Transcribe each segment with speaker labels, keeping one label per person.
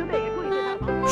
Speaker 1: 球队也注意对他防守。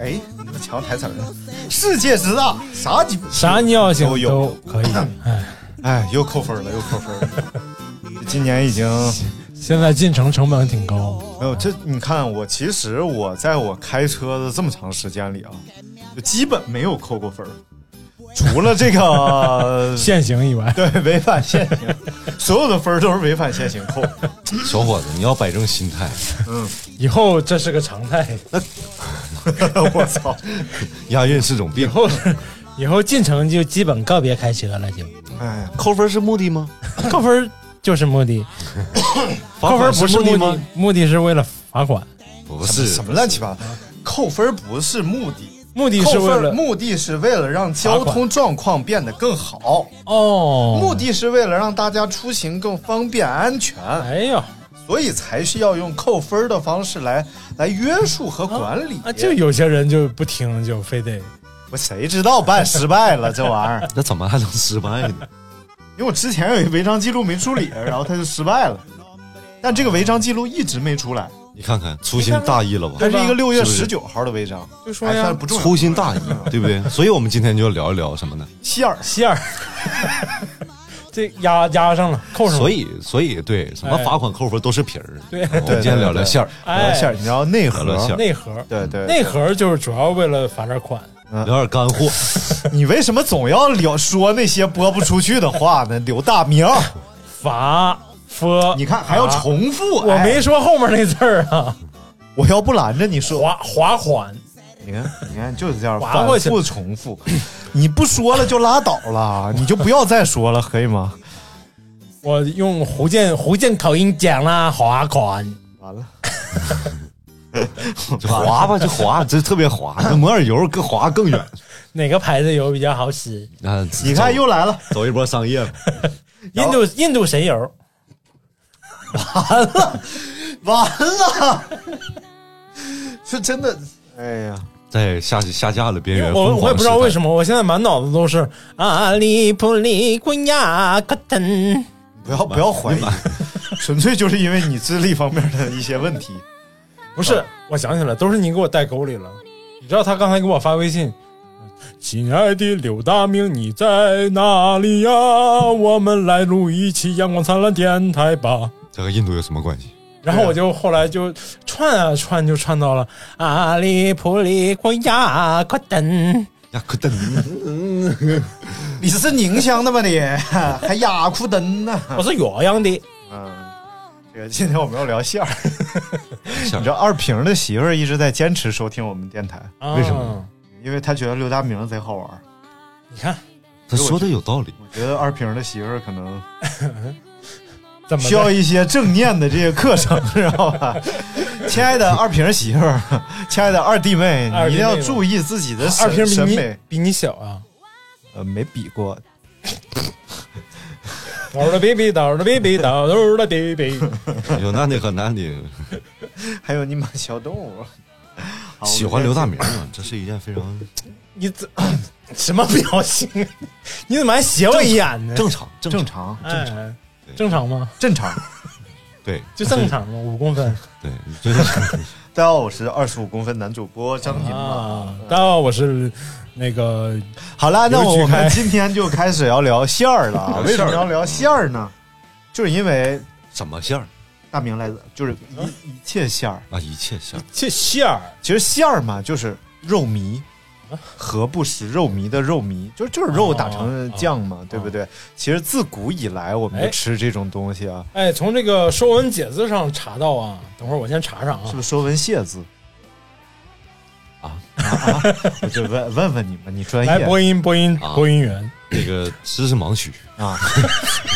Speaker 2: 哎，你们抢台词儿了。世界之大，啥鸡
Speaker 3: 啥尿性
Speaker 2: 都
Speaker 3: 都
Speaker 2: 有。
Speaker 3: 可以。哎，
Speaker 2: 哎，又扣分了，又扣分了。 今年已经
Speaker 3: 现在进城成本挺高，
Speaker 2: 没有这，你看啊我其实我在我开车的这么长时间里啊，就基本没有扣过分儿，除了这 个
Speaker 3: 现行以外，
Speaker 2: 对违反限行，所有的分儿都是违反限行扣。
Speaker 4: 小伙子，你要摆正心态，
Speaker 3: 以后这是个常态。
Speaker 2: 我操！
Speaker 4: 押韵是种
Speaker 3: 以
Speaker 4: 病。
Speaker 3: 后，以后进城就基本告别开车了，就
Speaker 2: 哎，
Speaker 4: 扣分是目的吗？
Speaker 2: 嗯
Speaker 3: 扣分就是目的，
Speaker 4: 罚
Speaker 3: 扣
Speaker 4: 款
Speaker 3: 分不是
Speaker 4: 目
Speaker 3: 目的
Speaker 4: 吗？，
Speaker 3: 目的是为了罚款，
Speaker 4: 不
Speaker 2: 什么
Speaker 4: 是，
Speaker 2: 什么乱七八糟？扣分儿不是目的，
Speaker 3: 目的是
Speaker 2: 扣
Speaker 3: 为
Speaker 2: 分儿
Speaker 3: 了
Speaker 2: 目的是为了让交通状况变得更好，
Speaker 3: 哦，
Speaker 2: 目。的是为了让大家出行更方便安全，
Speaker 3: 哎呀，
Speaker 2: 所以才需要用扣分儿的方式来来约束和管理。
Speaker 3: 啊，就有些人就不听，就非得
Speaker 2: 我谁知道办失败了这玩意儿？
Speaker 4: 那怎么还能失败呢？
Speaker 2: 因为我之前有一违章记录没处理，然后他就失败了，但这个违章记录一直没出来，
Speaker 4: 你看看，粗心大意了吧？
Speaker 2: 它是一个六月
Speaker 4: 是不是
Speaker 2: 十九号的违章，
Speaker 3: 就说
Speaker 2: 哎算
Speaker 3: 呀
Speaker 2: 了，不重要。
Speaker 4: 粗心大意，对不对？所以我们今天就聊一聊什么呢？
Speaker 2: 希尔
Speaker 3: 馅 儿，这压压上了，扣上了。
Speaker 4: 所以，所以对什么罚款扣分都是皮儿。啊
Speaker 3: 对
Speaker 4: 我们今天聊聊馅儿，
Speaker 2: 聊
Speaker 3: 哎，
Speaker 2: 馅儿，你知道内核
Speaker 4: 聊馅儿
Speaker 3: 内核，
Speaker 2: 啊对对，
Speaker 3: 内核就是主要为了罚点款。
Speaker 4: 聊点干货。
Speaker 2: 你为什么总要聊说那些播不出去的话呢？刘大明，
Speaker 3: 罚佛，
Speaker 2: 你看还要
Speaker 4: 啊
Speaker 3: 罚，
Speaker 2: 重复，
Speaker 3: 我
Speaker 2: 哎
Speaker 3: 没说后面那字儿 啊，
Speaker 2: 我要不拦着你说，
Speaker 3: 罚罚款，
Speaker 2: 你看，你看就是这样，
Speaker 3: 划
Speaker 2: 反
Speaker 3: 过去
Speaker 2: 复重复，你不说了就拉倒了，你就不要再说了，可以吗？
Speaker 3: 我用福建福建口音讲啦，罚款。
Speaker 2: 完了，
Speaker 4: 就滑吧，就滑，这特别滑，那抹点油更滑更远。
Speaker 3: 哪个牌子油比较好使？
Speaker 4: 你看，
Speaker 2: 你看又来了，
Speaker 4: 啊走一波商业吧，
Speaker 3: 印度印度神油，
Speaker 2: 完 了，是真的，哎呀，
Speaker 4: 在下下架的边缘。
Speaker 3: 我我也不知道为什
Speaker 4: 么。
Speaker 3: 么，我现在满脑子都是阿里普里昆亚克腾。
Speaker 2: 不要哦不要怀疑，纯粹就是因为你智力方面的一些问题。
Speaker 3: 不是，我想起来，都是你给我带沟里了。你知道他刚才给我发微信，亲爱的刘大明，你在哪里呀？我们来录一期阳光灿烂电台吧。
Speaker 4: 这和印度有什么关系？
Speaker 3: 然后我就后来就串啊串，就串到了阿里普里国亚克登。
Speaker 4: 呀，可等
Speaker 2: 你是宁乡的吧你？还雅库登呢？
Speaker 3: 我是岳阳的，
Speaker 2: 嗯，这个今天我们要聊馅儿。
Speaker 4: 馅儿
Speaker 2: 你知道二平的媳妇儿一直在坚持收听我们电台，
Speaker 3: 啊
Speaker 4: 为什么？
Speaker 2: 因为她觉得刘大明贼好玩儿。
Speaker 3: 你看
Speaker 4: 他说的有道理。
Speaker 2: 我觉得二平的媳妇儿可能
Speaker 3: 怎么
Speaker 2: 需要
Speaker 3: 的
Speaker 2: 一些正念的这些课程， 知道吧？亲爱的二平媳妇儿，亲爱的二弟妹，
Speaker 3: 二
Speaker 2: 你一定
Speaker 3: 弟妹
Speaker 2: 要
Speaker 3: 吗
Speaker 2: 注意自己的
Speaker 3: 二
Speaker 2: 审
Speaker 3: 平比
Speaker 2: 审
Speaker 3: 你
Speaker 2: 美。
Speaker 3: 比你小啊？
Speaker 2: 呃，没比过，
Speaker 3: 倒了哔哔，倒了哔哔，倒了哔哔。
Speaker 4: 有那的和那的
Speaker 2: 还有你们小动物。好
Speaker 4: 喜欢刘大，明啊，这是一件非 常
Speaker 3: 你怎 什么表情？ 你怎么还斜我一眼呢？
Speaker 4: 正常
Speaker 2: 我
Speaker 4: 正
Speaker 2: 们今天正常，
Speaker 3: 正常，正常吗？
Speaker 2: 正常。
Speaker 4: 对，
Speaker 3: 就正常吗？五公分
Speaker 4: 对，就是
Speaker 2: 大家好，我是二十五公分男主播张宁嘛。
Speaker 3: 啊！大家好，我是那个
Speaker 2: 好了，那
Speaker 3: 刘菊
Speaker 2: 我
Speaker 3: 开
Speaker 2: 们今天就开始要聊馅儿了啊。为什么要聊馅儿呢？就是因为
Speaker 4: 什么馅儿啊
Speaker 2: 大明来自，就是一一切馅儿。
Speaker 4: 啊，一切馅儿。
Speaker 3: 这馅儿
Speaker 2: 其实馅儿嘛，就是肉糜，
Speaker 3: 啊
Speaker 2: 何不食肉糜的肉糜，就就是肉打成酱嘛，对不对？其实自古以来我们就
Speaker 3: 哦哎
Speaker 2: 吃这种东西啊，
Speaker 3: 哎，从这个《说文解字》上查到啊，等会儿我先查查啊
Speaker 2: 是。不是说文谢字？啊啊啊！我就问问问你们，你专
Speaker 3: 来
Speaker 2: 业
Speaker 3: 播音播音
Speaker 5: 啊
Speaker 3: 播音员，
Speaker 5: 这个知识盲区，
Speaker 2: 啊？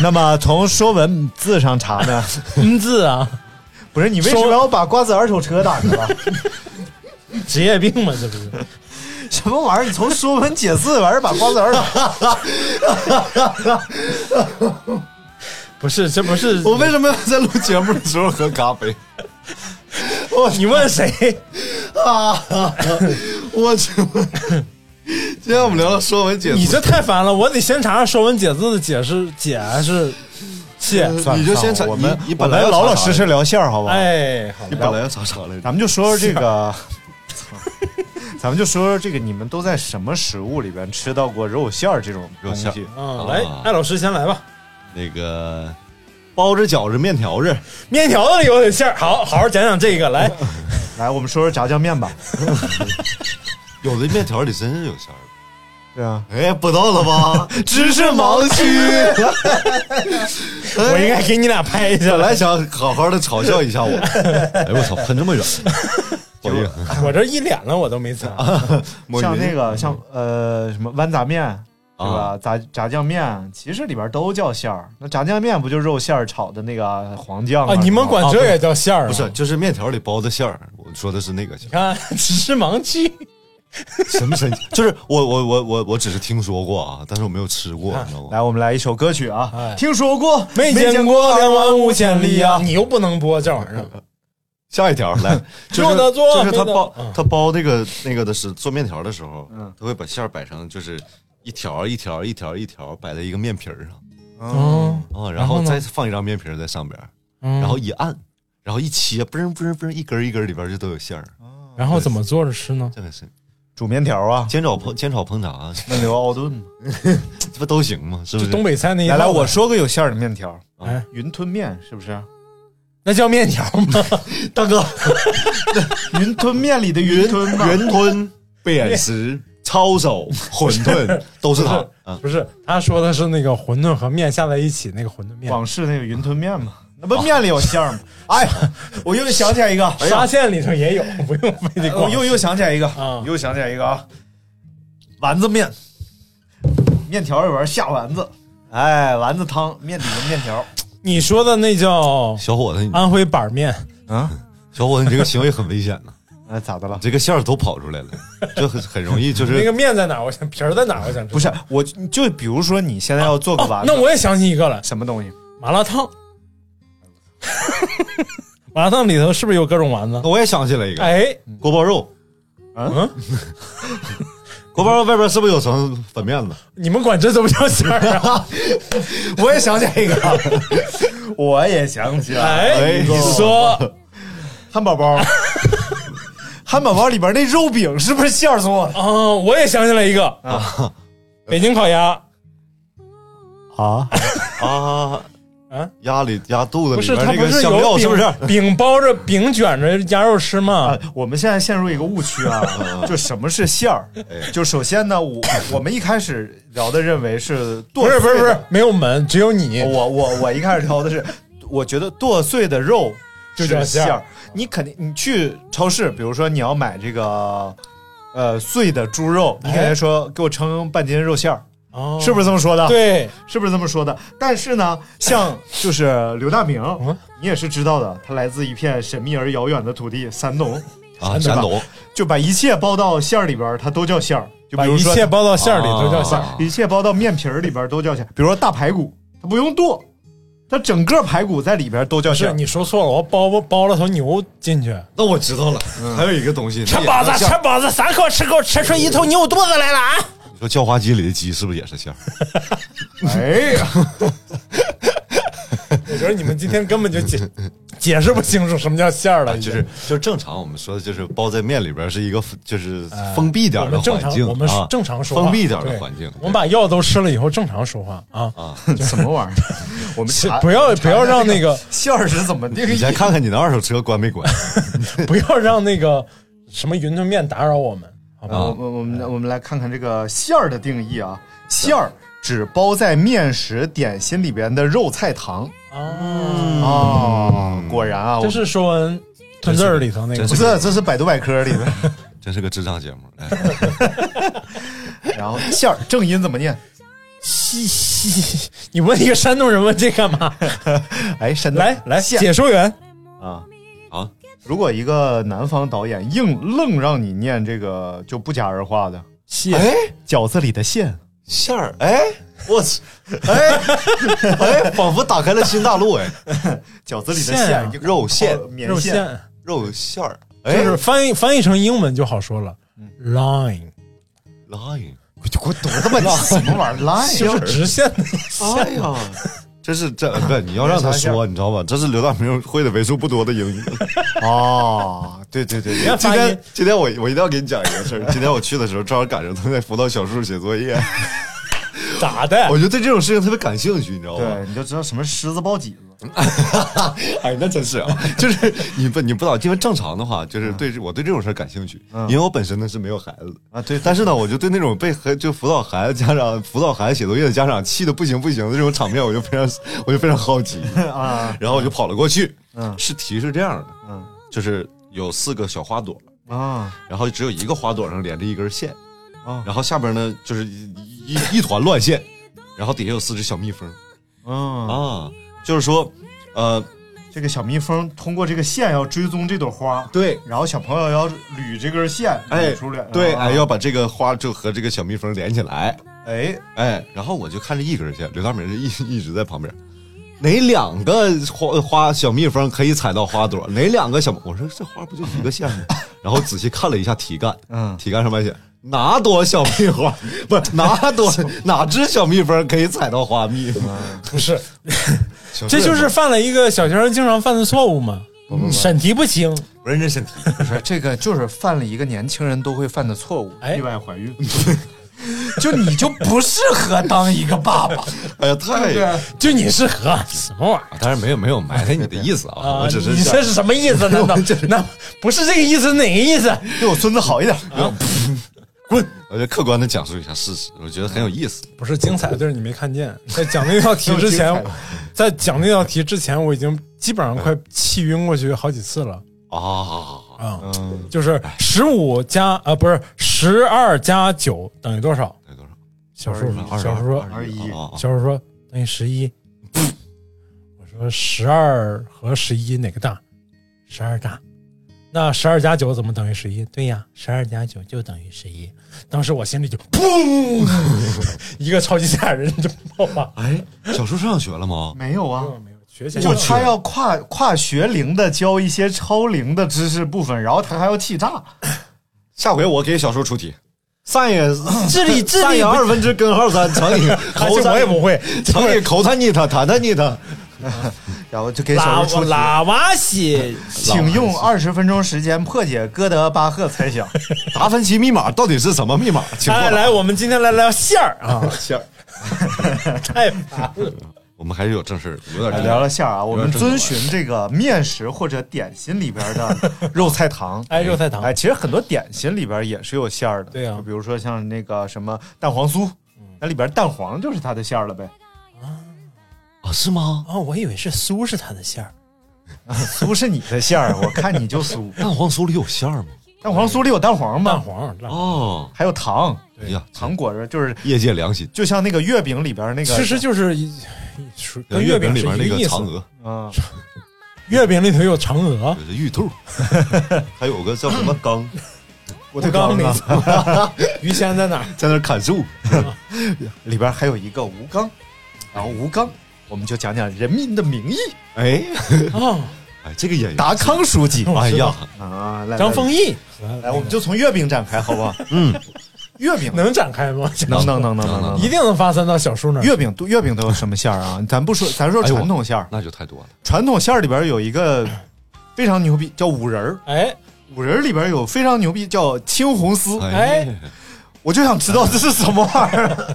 Speaker 2: 那么从说文字上查 呢？
Speaker 3: 嗯字啊，
Speaker 2: 不是你为什么要把瓜子二手车打开了？
Speaker 3: 职业病嘛，这不是？
Speaker 2: 什么玩意儿？你从《说文解字》玩意儿把瓜子 儿打？
Speaker 3: 不是，这不是
Speaker 4: 我为什么要在录节目的时候喝咖啡？
Speaker 3: 你问谁？
Speaker 4: 啊！我去！今天我们聊聊《说文解字》，
Speaker 3: 你这太烦了，我得先查查《说文解字》的解释解还是解？
Speaker 4: 你就先查
Speaker 2: 我们
Speaker 4: 你你
Speaker 2: 我
Speaker 4: 本来
Speaker 2: 们
Speaker 4: 要
Speaker 2: 老老
Speaker 4: 查
Speaker 2: 实
Speaker 4: 啥
Speaker 2: 实聊馅儿，好不好？
Speaker 3: 哎，啊好
Speaker 4: 你
Speaker 3: 的，
Speaker 4: 本来要查啥来着？
Speaker 2: 咱们就说说这个， 咱们就说说这个，你们都在什么食物里边吃到过肉馅儿这种东
Speaker 4: 肉
Speaker 2: 西？
Speaker 3: 嗯，来，艾老师先来吧。
Speaker 4: 那个包子、饺子、面条子，
Speaker 3: 面条子里有点馅儿，好好好讲讲这个。来，
Speaker 2: 来，我们说说炸酱面吧。
Speaker 4: 有的面条里真是有馅儿。
Speaker 2: 对啊，
Speaker 4: 哎，不到 了吧？知识盲区。
Speaker 3: 我应该给你俩拍一下。
Speaker 4: 本
Speaker 3: 来，
Speaker 4: 哎来想好好的嘲笑一 下我，哎，我操，喷这么 远，不好意思嗯
Speaker 3: 我这一脸了，我都没擦。啊
Speaker 4: 摸鱼
Speaker 2: 像那个像呃什么豌杂面。对吧？
Speaker 4: 啊
Speaker 2: 炸炸酱面其实里边都叫馅儿，那炸酱面不就是肉馅儿炒的那个黄酱
Speaker 3: 啊，你们管这也叫馅儿、啊
Speaker 4: 不是，就是面条里包的馅儿，我说的是那个馅
Speaker 3: 你看， 只是盲区。
Speaker 4: 儿，什么 神奇？就是我我我我我只是听说过啊，但是我没有吃过，你知道吗？
Speaker 2: 来，我们来一首歌曲啊！
Speaker 3: 哎
Speaker 2: 听说过
Speaker 3: 没见过两万五千里啊！！你又不能播这玩意儿，
Speaker 4: 下一条 来，就是
Speaker 3: 用得
Speaker 4: 就
Speaker 3: 做
Speaker 4: 是他
Speaker 3: 没得
Speaker 4: 包
Speaker 3: 嗯
Speaker 4: 他包那个那个的是做面条的时候，他会把馅儿摆成就是一条一条一条一条摆在一个面皮儿上
Speaker 3: 嗯
Speaker 4: 啊，然
Speaker 3: 然后
Speaker 4: 后
Speaker 3: 呢
Speaker 4: 再放一张面皮儿在上边儿，
Speaker 3: 嗯，
Speaker 4: 然后一按，然后一切，嘣儿嘣儿嘣儿，一根儿一根儿里边儿就都有馅儿，
Speaker 3: 然后怎么做着吃呢？
Speaker 4: 真的是
Speaker 2: 煮面条啊，
Speaker 4: 煎炒烹煎炒烹炸，
Speaker 2: 焖溜熬炖。
Speaker 4: 这不都行吗？是不？
Speaker 3: 就是东北菜那一
Speaker 2: 来
Speaker 3: 套
Speaker 2: 来，我说个有馅儿的面条，
Speaker 3: 哎
Speaker 2: 云吞面是不是？
Speaker 3: 那叫面条吗？
Speaker 2: 大哥，云吞面里的云吞嘛，
Speaker 4: 圆吞、背眼石、抄手、馄饨都是它啊。
Speaker 2: 嗯
Speaker 3: 不是，他说的是那个馄饨和面下在一起那个馄饨面，嗯
Speaker 2: 广式那个云吞面嘛， 那不面里有馅儿吗？哎，我又想起来一个，
Speaker 4: 哎
Speaker 3: 沙县里头也有， 不用非得
Speaker 2: 哎我
Speaker 3: 光。
Speaker 2: 又又想起来一个
Speaker 3: 啊，
Speaker 2: 又想起来一个啊，丸子面，面条里边下丸子，哎，丸子汤，面底的面条，
Speaker 3: 你说的那叫
Speaker 4: 小伙子，你
Speaker 2: 啊
Speaker 3: 安徽板面，
Speaker 4: 啊小伙子，你这个行为很危险呐！
Speaker 2: 哎，咋的了
Speaker 4: 你？这个馅儿都跑出 来了，就很很容易就
Speaker 3: 那
Speaker 4: 是
Speaker 3: 个面在哪儿？我想皮儿在哪儿？我想知道
Speaker 2: 不是，我就比如说你现在要做个
Speaker 3: 哦
Speaker 2: 丸，子，
Speaker 3: 那我也想起一个了，
Speaker 2: 什么东西？
Speaker 3: 麻 辣烫。麻辣烫里头是不是有各种丸子？
Speaker 4: 我也想起来一个
Speaker 3: 哎，
Speaker 4: 锅包肉，啊
Speaker 3: 嗯，
Speaker 4: 锅包肉外边是不是有层粉面子？
Speaker 3: 你们管这都不叫馅儿啊？
Speaker 2: 我也想起来一个， 我也想起
Speaker 3: 哎，你说
Speaker 2: 汉堡包，汉堡包里边那肉饼是不是馅儿做的
Speaker 3: 啊，我也想起来一个，北京烤鸭
Speaker 2: 啊？
Speaker 4: 啊
Speaker 3: 啊，
Speaker 4: 压里压肚
Speaker 3: 不
Speaker 4: 子
Speaker 3: 是
Speaker 4: 里
Speaker 3: 它
Speaker 4: 边那
Speaker 3: 不
Speaker 4: 个
Speaker 3: 是
Speaker 4: 香料
Speaker 3: 有
Speaker 4: 是不是？
Speaker 3: 饼啊饼包着饼卷着鸭肉吃吗
Speaker 2: 啊？，我们现在陷入一个误区啊，就什么是馅儿？
Speaker 3: 哎
Speaker 2: 就首先呢，我我们一开始聊的认为是剁，
Speaker 3: 不是不是不是，，没有门，只有
Speaker 4: 哦
Speaker 3: 你。
Speaker 2: 哦我我我一开始聊的是，我觉得剁碎的肉
Speaker 3: 就是叫
Speaker 2: 馅
Speaker 3: 馅儿
Speaker 2: 儿。你肯定你去超市，比如说你要买这个呃碎的猪肉，你肯定说给我称半斤肉馅儿，
Speaker 3: 哎哦
Speaker 2: 是不是这么说的？，
Speaker 4: 啊
Speaker 3: 对，
Speaker 2: 是不是这么说的？但是呢，像就是刘大明，
Speaker 3: 嗯
Speaker 2: 你也是知道的，他来自一片神秘而遥远的土地——山东，
Speaker 4: 啊，
Speaker 2: 山
Speaker 4: 山
Speaker 2: 东
Speaker 4: 东
Speaker 2: 就把一切包到馅儿里边儿，它都叫馅儿。就比
Speaker 3: 把
Speaker 2: 如
Speaker 3: 一
Speaker 2: 说
Speaker 3: 切包到馅儿里都叫馅儿。
Speaker 4: 啊
Speaker 2: 一切包到面皮儿里边都叫馅，比如说大排骨，它不用剁，它整个排骨在里边都叫
Speaker 3: 不是
Speaker 2: 馅。
Speaker 3: 你说错了，我包包包了头牛进去，
Speaker 4: 那我知道了，还有一个东西，
Speaker 3: 吃饱
Speaker 4: 啊
Speaker 3: 子，吃饱子，三口吃够，吃出一头牛肚子来了啊！
Speaker 4: 你说叫花鸡里的鸡是不是也是馅儿？
Speaker 2: 哎 呀，
Speaker 3: 我觉得你们今天根本就 解解释不清楚什么叫馅儿了，已
Speaker 4: 哎就
Speaker 3: 经
Speaker 4: 是就是正常，我们说的就是包在面里边是一个就是封闭点
Speaker 3: 我
Speaker 4: 儿的
Speaker 3: 们正
Speaker 4: 环
Speaker 3: 常
Speaker 4: 境，
Speaker 3: 我们
Speaker 4: 啊
Speaker 3: 正常说话，
Speaker 4: 封闭点儿的
Speaker 3: 对
Speaker 4: 环境。
Speaker 3: 我们把药都吃了以后正常说话啊，
Speaker 2: 什么玩意儿？ 我们
Speaker 3: 是
Speaker 2: 查
Speaker 3: 不要不要让那个
Speaker 2: 馅儿是怎么定
Speaker 4: 你
Speaker 2: 义？啊
Speaker 4: 先看看你的二手车关没关？
Speaker 3: 不要让那个什么云吞面打扰我们。好吧？
Speaker 2: 我我我们
Speaker 3: 嗯
Speaker 2: 我们来看看这个馅儿的定义啊，馅儿指包在面食、点心里边的肉菜糖。
Speaker 4: 嗯
Speaker 3: 啊，
Speaker 2: 哦，
Speaker 3: 嗯
Speaker 2: 果然啊，
Speaker 3: 这
Speaker 2: 我
Speaker 3: 是说文吞字儿里头那个
Speaker 4: 真
Speaker 2: 不是这是百度百科里 的。
Speaker 4: 真是个智障节目。哎来，
Speaker 2: 然后馅儿正音怎么念？
Speaker 3: 西西， 你问一个山东人问这干嘛？
Speaker 2: 哎，山东
Speaker 3: 来来，
Speaker 2: 馅
Speaker 3: 解说员，
Speaker 2: 啊
Speaker 4: 啊！
Speaker 2: 如果一个南方导演硬愣让你念这个就不加儿化的
Speaker 3: 谢
Speaker 4: 哎，
Speaker 2: 饺子里的馅，
Speaker 4: 馅儿，哎，我去，哎，哎，仿佛打开了新大陆， 哎，
Speaker 2: 饺子里的
Speaker 3: 馅啊
Speaker 2: 馅，
Speaker 4: 肉馅，
Speaker 2: 棉
Speaker 3: 肉
Speaker 2: 馅，
Speaker 3: 馅，
Speaker 4: 肉馅儿，
Speaker 3: 就
Speaker 4: 哎
Speaker 3: 是翻译翻译成英文就好说了，line
Speaker 4: ，line，
Speaker 2: 给我懂他妈什么玩意儿？
Speaker 3: 就
Speaker 2: 烂
Speaker 3: 是直线的，
Speaker 4: 哎呀，这是这不，你要让他说，你知道吧？这是刘大明会的为数不多的英语。
Speaker 2: 哦，对对对对
Speaker 3: 别
Speaker 4: 今
Speaker 3: 发音
Speaker 4: 天今天我我一定要给你讲一个事儿。今天我去的时候，正好赶上他在辅导小树写作业，
Speaker 3: 咋的
Speaker 4: 我？就对这种事情特别感兴趣，你知道吗？
Speaker 2: 对，你就知道什么狮子抱饺子，
Speaker 4: 哎，那真是啊，就是你不你不知道，因为正常的话，就是对这我对这种事儿感兴趣，因为我本身呢是没有孩子的
Speaker 2: 啊对
Speaker 4: 但是呢，我就对那种被和就辅导孩子家长辅导孩子写作业的家长气的不行不行的这种场面，我就非常我就非常好奇
Speaker 2: 啊，
Speaker 4: 然后我就跑了过去。
Speaker 2: 嗯
Speaker 4: 试题是这样的，
Speaker 2: 嗯
Speaker 4: 就是有四个小花朵，
Speaker 2: 啊
Speaker 4: 然后只有一个花朵上连着一根线，
Speaker 2: 啊
Speaker 4: 然后下边呢就是一一一团乱线，然后底下有四只小蜜蜂
Speaker 2: 嗯，
Speaker 4: 啊，就是说，呃，
Speaker 2: 这个小蜜蜂通过这个线要追踪这朵花，
Speaker 4: 对，
Speaker 2: 然后小朋友要捋这根线，
Speaker 4: 哎
Speaker 2: 捋出来，，
Speaker 4: 对，
Speaker 2: 啊
Speaker 4: 哎，要把这个花就和这个小蜜蜂连起来，
Speaker 2: 哎，
Speaker 4: 哎，然后我就看着一根线，刘大明就一 一直在旁边，哪两个花花小蜜蜂可以踩到花朵？哪两个小？我说这花不就一个线吗？然后仔细看了一下题干，
Speaker 2: 嗯
Speaker 4: 题干上面写。哪朵小蜜花 不是哪朵哪只小蜜蜂可以踩到花蜜？
Speaker 3: 不是，
Speaker 4: 小
Speaker 3: 这
Speaker 4: 顺
Speaker 3: 就是犯了一个小学生经常犯的错误嘛，审题不清，
Speaker 4: 不认真审题。
Speaker 2: 不是这个，就是犯了一个年轻人都会犯的错误，
Speaker 3: 哎
Speaker 2: 意外怀孕。
Speaker 3: 就你就不适合当一个爸爸，
Speaker 4: 哎呀，太…… 啊
Speaker 3: 就你适合什么玩意儿？
Speaker 4: 当然没有没有埋汰你的意思啊，
Speaker 3: 啊，
Speaker 4: 我只是
Speaker 3: 你
Speaker 4: 想
Speaker 3: 这是什么意思？难道那不是这个意思？哪个意思？
Speaker 4: 对我孙子好一点。 滚！我就客观的讲述一下事实，我觉得很有意思。
Speaker 3: 不是精彩的地儿你没看见，在讲那道题之
Speaker 2: 没有
Speaker 3: 前
Speaker 2: 精彩，
Speaker 3: 在讲那道题之前，我已经基本上快气晕过去好几次了
Speaker 4: 啊，
Speaker 3: 啊！
Speaker 4: 嗯，
Speaker 3: 就是十五加啊，不是十二加九等于多少？
Speaker 4: 那多少？
Speaker 3: 小树
Speaker 4: 二十
Speaker 3: 小树说，
Speaker 2: 二一
Speaker 4: 啊
Speaker 3: 小树说等于十一。我说十二和十一哪个大？十二大。那十二加九怎么等于十一？对呀，十二加九就等于十一。当时我心里就砰， 一个超级吓人就爆发。
Speaker 4: 哎，小叔上学了吗？
Speaker 2: 没有啊，
Speaker 3: 哦没有学习
Speaker 2: 就他要跨跨学龄的教一些超龄的知识部分，然后他还要气炸。
Speaker 4: 下回我给小叔出 题。上也
Speaker 3: 智力智
Speaker 4: 上
Speaker 3: 力
Speaker 4: 也
Speaker 3: 不
Speaker 4: 二分之根号三乘 以
Speaker 3: 这
Speaker 4: 口
Speaker 3: 我
Speaker 4: 三
Speaker 3: 也不会
Speaker 4: 乘以口三尼塔弹弹尼塔。
Speaker 2: 然后就给
Speaker 3: 拉
Speaker 2: 小叔出题，
Speaker 3: 拉瓦西，
Speaker 2: 请用二十分钟时间破解哥德巴赫猜想。
Speaker 4: 达芬奇密码到底是什么密码？请
Speaker 3: 来来
Speaker 4: 过
Speaker 3: 来，我们今天来聊馅儿啊， 哎
Speaker 4: 馅儿。
Speaker 3: 太烦了。
Speaker 4: 我们还是有正事儿，有
Speaker 2: 哎
Speaker 4: 点正事
Speaker 2: 聊
Speaker 4: 儿
Speaker 2: 聊馅儿啊，我们遵循这个面食或者点心里边的肉菜糖。
Speaker 3: 哎，肉菜 糖
Speaker 2: 哎，，其实很多点心里边也是有馅儿的，
Speaker 3: 对啊
Speaker 2: 就比如说像那个什么蛋黄酥，那里边蛋黄就是它的馅儿了呗。
Speaker 4: 啊？是吗？
Speaker 3: 哦，我以为是酥是它的馅儿，
Speaker 2: 酥是你的馅儿，我看你就酥。
Speaker 4: 蛋黄酥里有馅儿吗？
Speaker 2: 蛋黄酥里有蛋黄
Speaker 3: 蛋
Speaker 2: 吗？
Speaker 3: 黄，蛋黄
Speaker 4: 哦，
Speaker 2: 还有糖，
Speaker 4: 哎呀，
Speaker 2: 糖果儿就是
Speaker 4: 业界良心，
Speaker 2: 就像那个月饼里边那个，
Speaker 3: 其实就是一一属跟
Speaker 4: 月
Speaker 3: 月
Speaker 4: 饼
Speaker 3: 饼
Speaker 4: 里
Speaker 3: 是
Speaker 4: 面那
Speaker 3: 一
Speaker 4: 个
Speaker 3: 意
Speaker 4: 嫦
Speaker 3: 思。
Speaker 4: 娥，
Speaker 2: 嗯，
Speaker 3: 月饼里头有嫦娥，
Speaker 4: 就是玉兔，还有个叫什么刚，
Speaker 2: 我
Speaker 3: 的缸里于谦在哪儿？
Speaker 4: 在那儿砍树。
Speaker 2: 里边还有一个吴刚，然后吴刚，我们就讲讲《人民的名义
Speaker 4: 哎
Speaker 3: 哦，
Speaker 4: 哎，这个演员，》
Speaker 2: 达康书 记
Speaker 4: 哎呀，
Speaker 2: 啊，来
Speaker 3: 张丰毅，
Speaker 2: 来，来我们就从月饼展开，好不好？
Speaker 4: 嗯，
Speaker 2: 月饼
Speaker 3: 能展开吗？
Speaker 2: 能能能能能
Speaker 4: 能
Speaker 3: 一定能发散到小叔那儿。
Speaker 2: 月饼都月饼都有什么馅儿啊？ 咱不说，咱说
Speaker 4: 哎呦
Speaker 2: 传统馅儿，
Speaker 4: 那就太多了。
Speaker 2: 传统馅儿里边有一个非常牛逼，叫五仁儿。
Speaker 3: 哎，
Speaker 2: 五仁儿里边有非常牛逼，叫青红丝。
Speaker 3: 哎，
Speaker 2: 我就想知道这是什么玩意儿。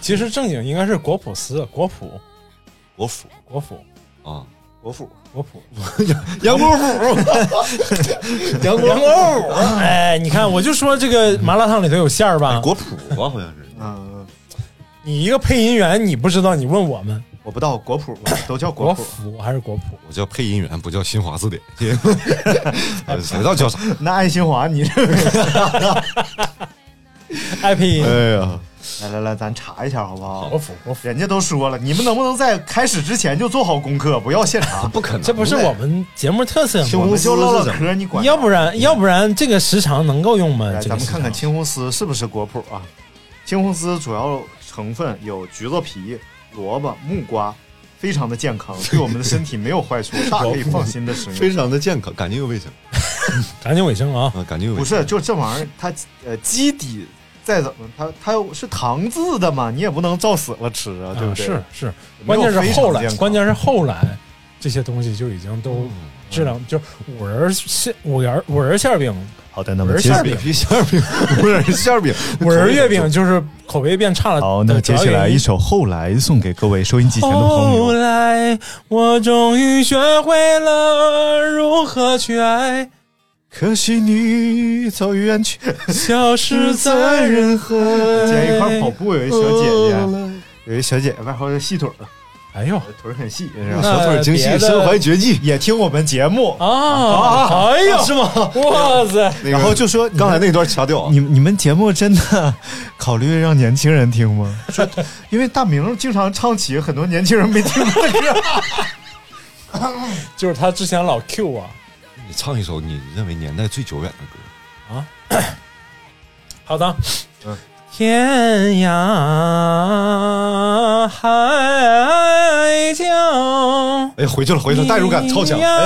Speaker 3: 其实正经应该是果脯丝，果脯，
Speaker 4: 国服
Speaker 3: 果脯，
Speaker 4: 啊，
Speaker 2: 国府，
Speaker 3: 我谱
Speaker 4: 杨国福，杨国
Speaker 3: 杨国福，哎，你看，我就说这个麻辣烫里头有馅儿
Speaker 2: 啊
Speaker 3: 吧。
Speaker 4: 哎国普吧，好像是。
Speaker 2: 嗯，
Speaker 3: 你一个配音员，你不知道，你问我们
Speaker 2: 我不知道国谱吧，都叫
Speaker 3: 国
Speaker 2: 国谱，
Speaker 3: 服还是国普？
Speaker 4: 我叫配音员，不叫新华 字典，哎谁知道叫啥？
Speaker 2: 那爱新华你这个，
Speaker 3: 爱配
Speaker 2: 呃
Speaker 4: 哎
Speaker 3: 音，
Speaker 4: 呀，
Speaker 2: 来来来，咱查一下好不好？
Speaker 3: 国服，国服，
Speaker 2: 人家都说了，你们能不能在开始之前就做好功课，不要现查？
Speaker 4: 不可能，
Speaker 3: 这不是我们节目特色
Speaker 2: 青
Speaker 3: 吗？
Speaker 2: 红丝就唠唠嗑，你管？
Speaker 3: 要不然，要不然这个时长能够用吗？
Speaker 2: 来，
Speaker 3: 这
Speaker 2: 咱
Speaker 3: 个
Speaker 2: 们
Speaker 3: 时
Speaker 2: 看
Speaker 3: 长
Speaker 2: 看青红丝是不是果脯啊？青红丝主要成分有橘子皮、萝卜、木瓜，非常的健康，对我们的身体没有坏处，大可以放心的食用。
Speaker 4: 非常的健康，干净又卫生
Speaker 3: 干净卫生啊！
Speaker 4: 啊，干净又卫
Speaker 2: 不
Speaker 4: 生。
Speaker 2: 是，就这玩意儿，它呃基底再怎么，它它又是糖制的嘛，你也不能照死了吃啊，对
Speaker 3: 啊
Speaker 2: 不对？
Speaker 3: 是是，
Speaker 2: 没
Speaker 3: 关
Speaker 2: 有
Speaker 3: 键是
Speaker 2: 非常
Speaker 3: 后来
Speaker 2: 健，康嗯
Speaker 3: 关键是后来这些东西就已经都质量，就是五仁馅、五仁五仁馅儿饼、
Speaker 2: 好的，那
Speaker 3: 五
Speaker 2: 么
Speaker 3: 仁
Speaker 2: 接
Speaker 3: 馅
Speaker 2: 着
Speaker 3: 儿饼、
Speaker 4: 皮馅儿饼，不是馅儿饼，
Speaker 3: 五仁月饼，就是口碑变差了。
Speaker 2: 好，那
Speaker 3: 的
Speaker 2: 么接
Speaker 3: 主要
Speaker 2: 下来
Speaker 3: 原因
Speaker 2: 一首《后来》送给各位收音机前的朋友。
Speaker 3: 后来，我终于学会了如何去爱，
Speaker 2: 可惜你走远去，
Speaker 3: 消失在人海。
Speaker 2: 今天一块儿跑步有一小姐姐，有一小姐姐外号叫细腿儿，
Speaker 3: 哎呦
Speaker 2: 腿儿很细，是
Speaker 3: 那
Speaker 2: 吧？
Speaker 4: 小腿精细，身怀绝技。
Speaker 2: 也听我们节目，
Speaker 3: 啊！哎呦，
Speaker 2: 是吗？
Speaker 3: 哇塞！
Speaker 4: 那个
Speaker 2: 然后就说你们
Speaker 4: 刚才那段掐掉啊，
Speaker 2: 你你们节目真的 考虑让年轻人听吗？说，因为大明经常唱起很多年轻人没听过的歌。
Speaker 3: 就是他之前老 Q 啊我，
Speaker 4: 你唱一首你认为年代最久远的歌。
Speaker 3: 好的，天涯海角。
Speaker 4: 哎呀，回去了，回去了，代入感超强。哎呀，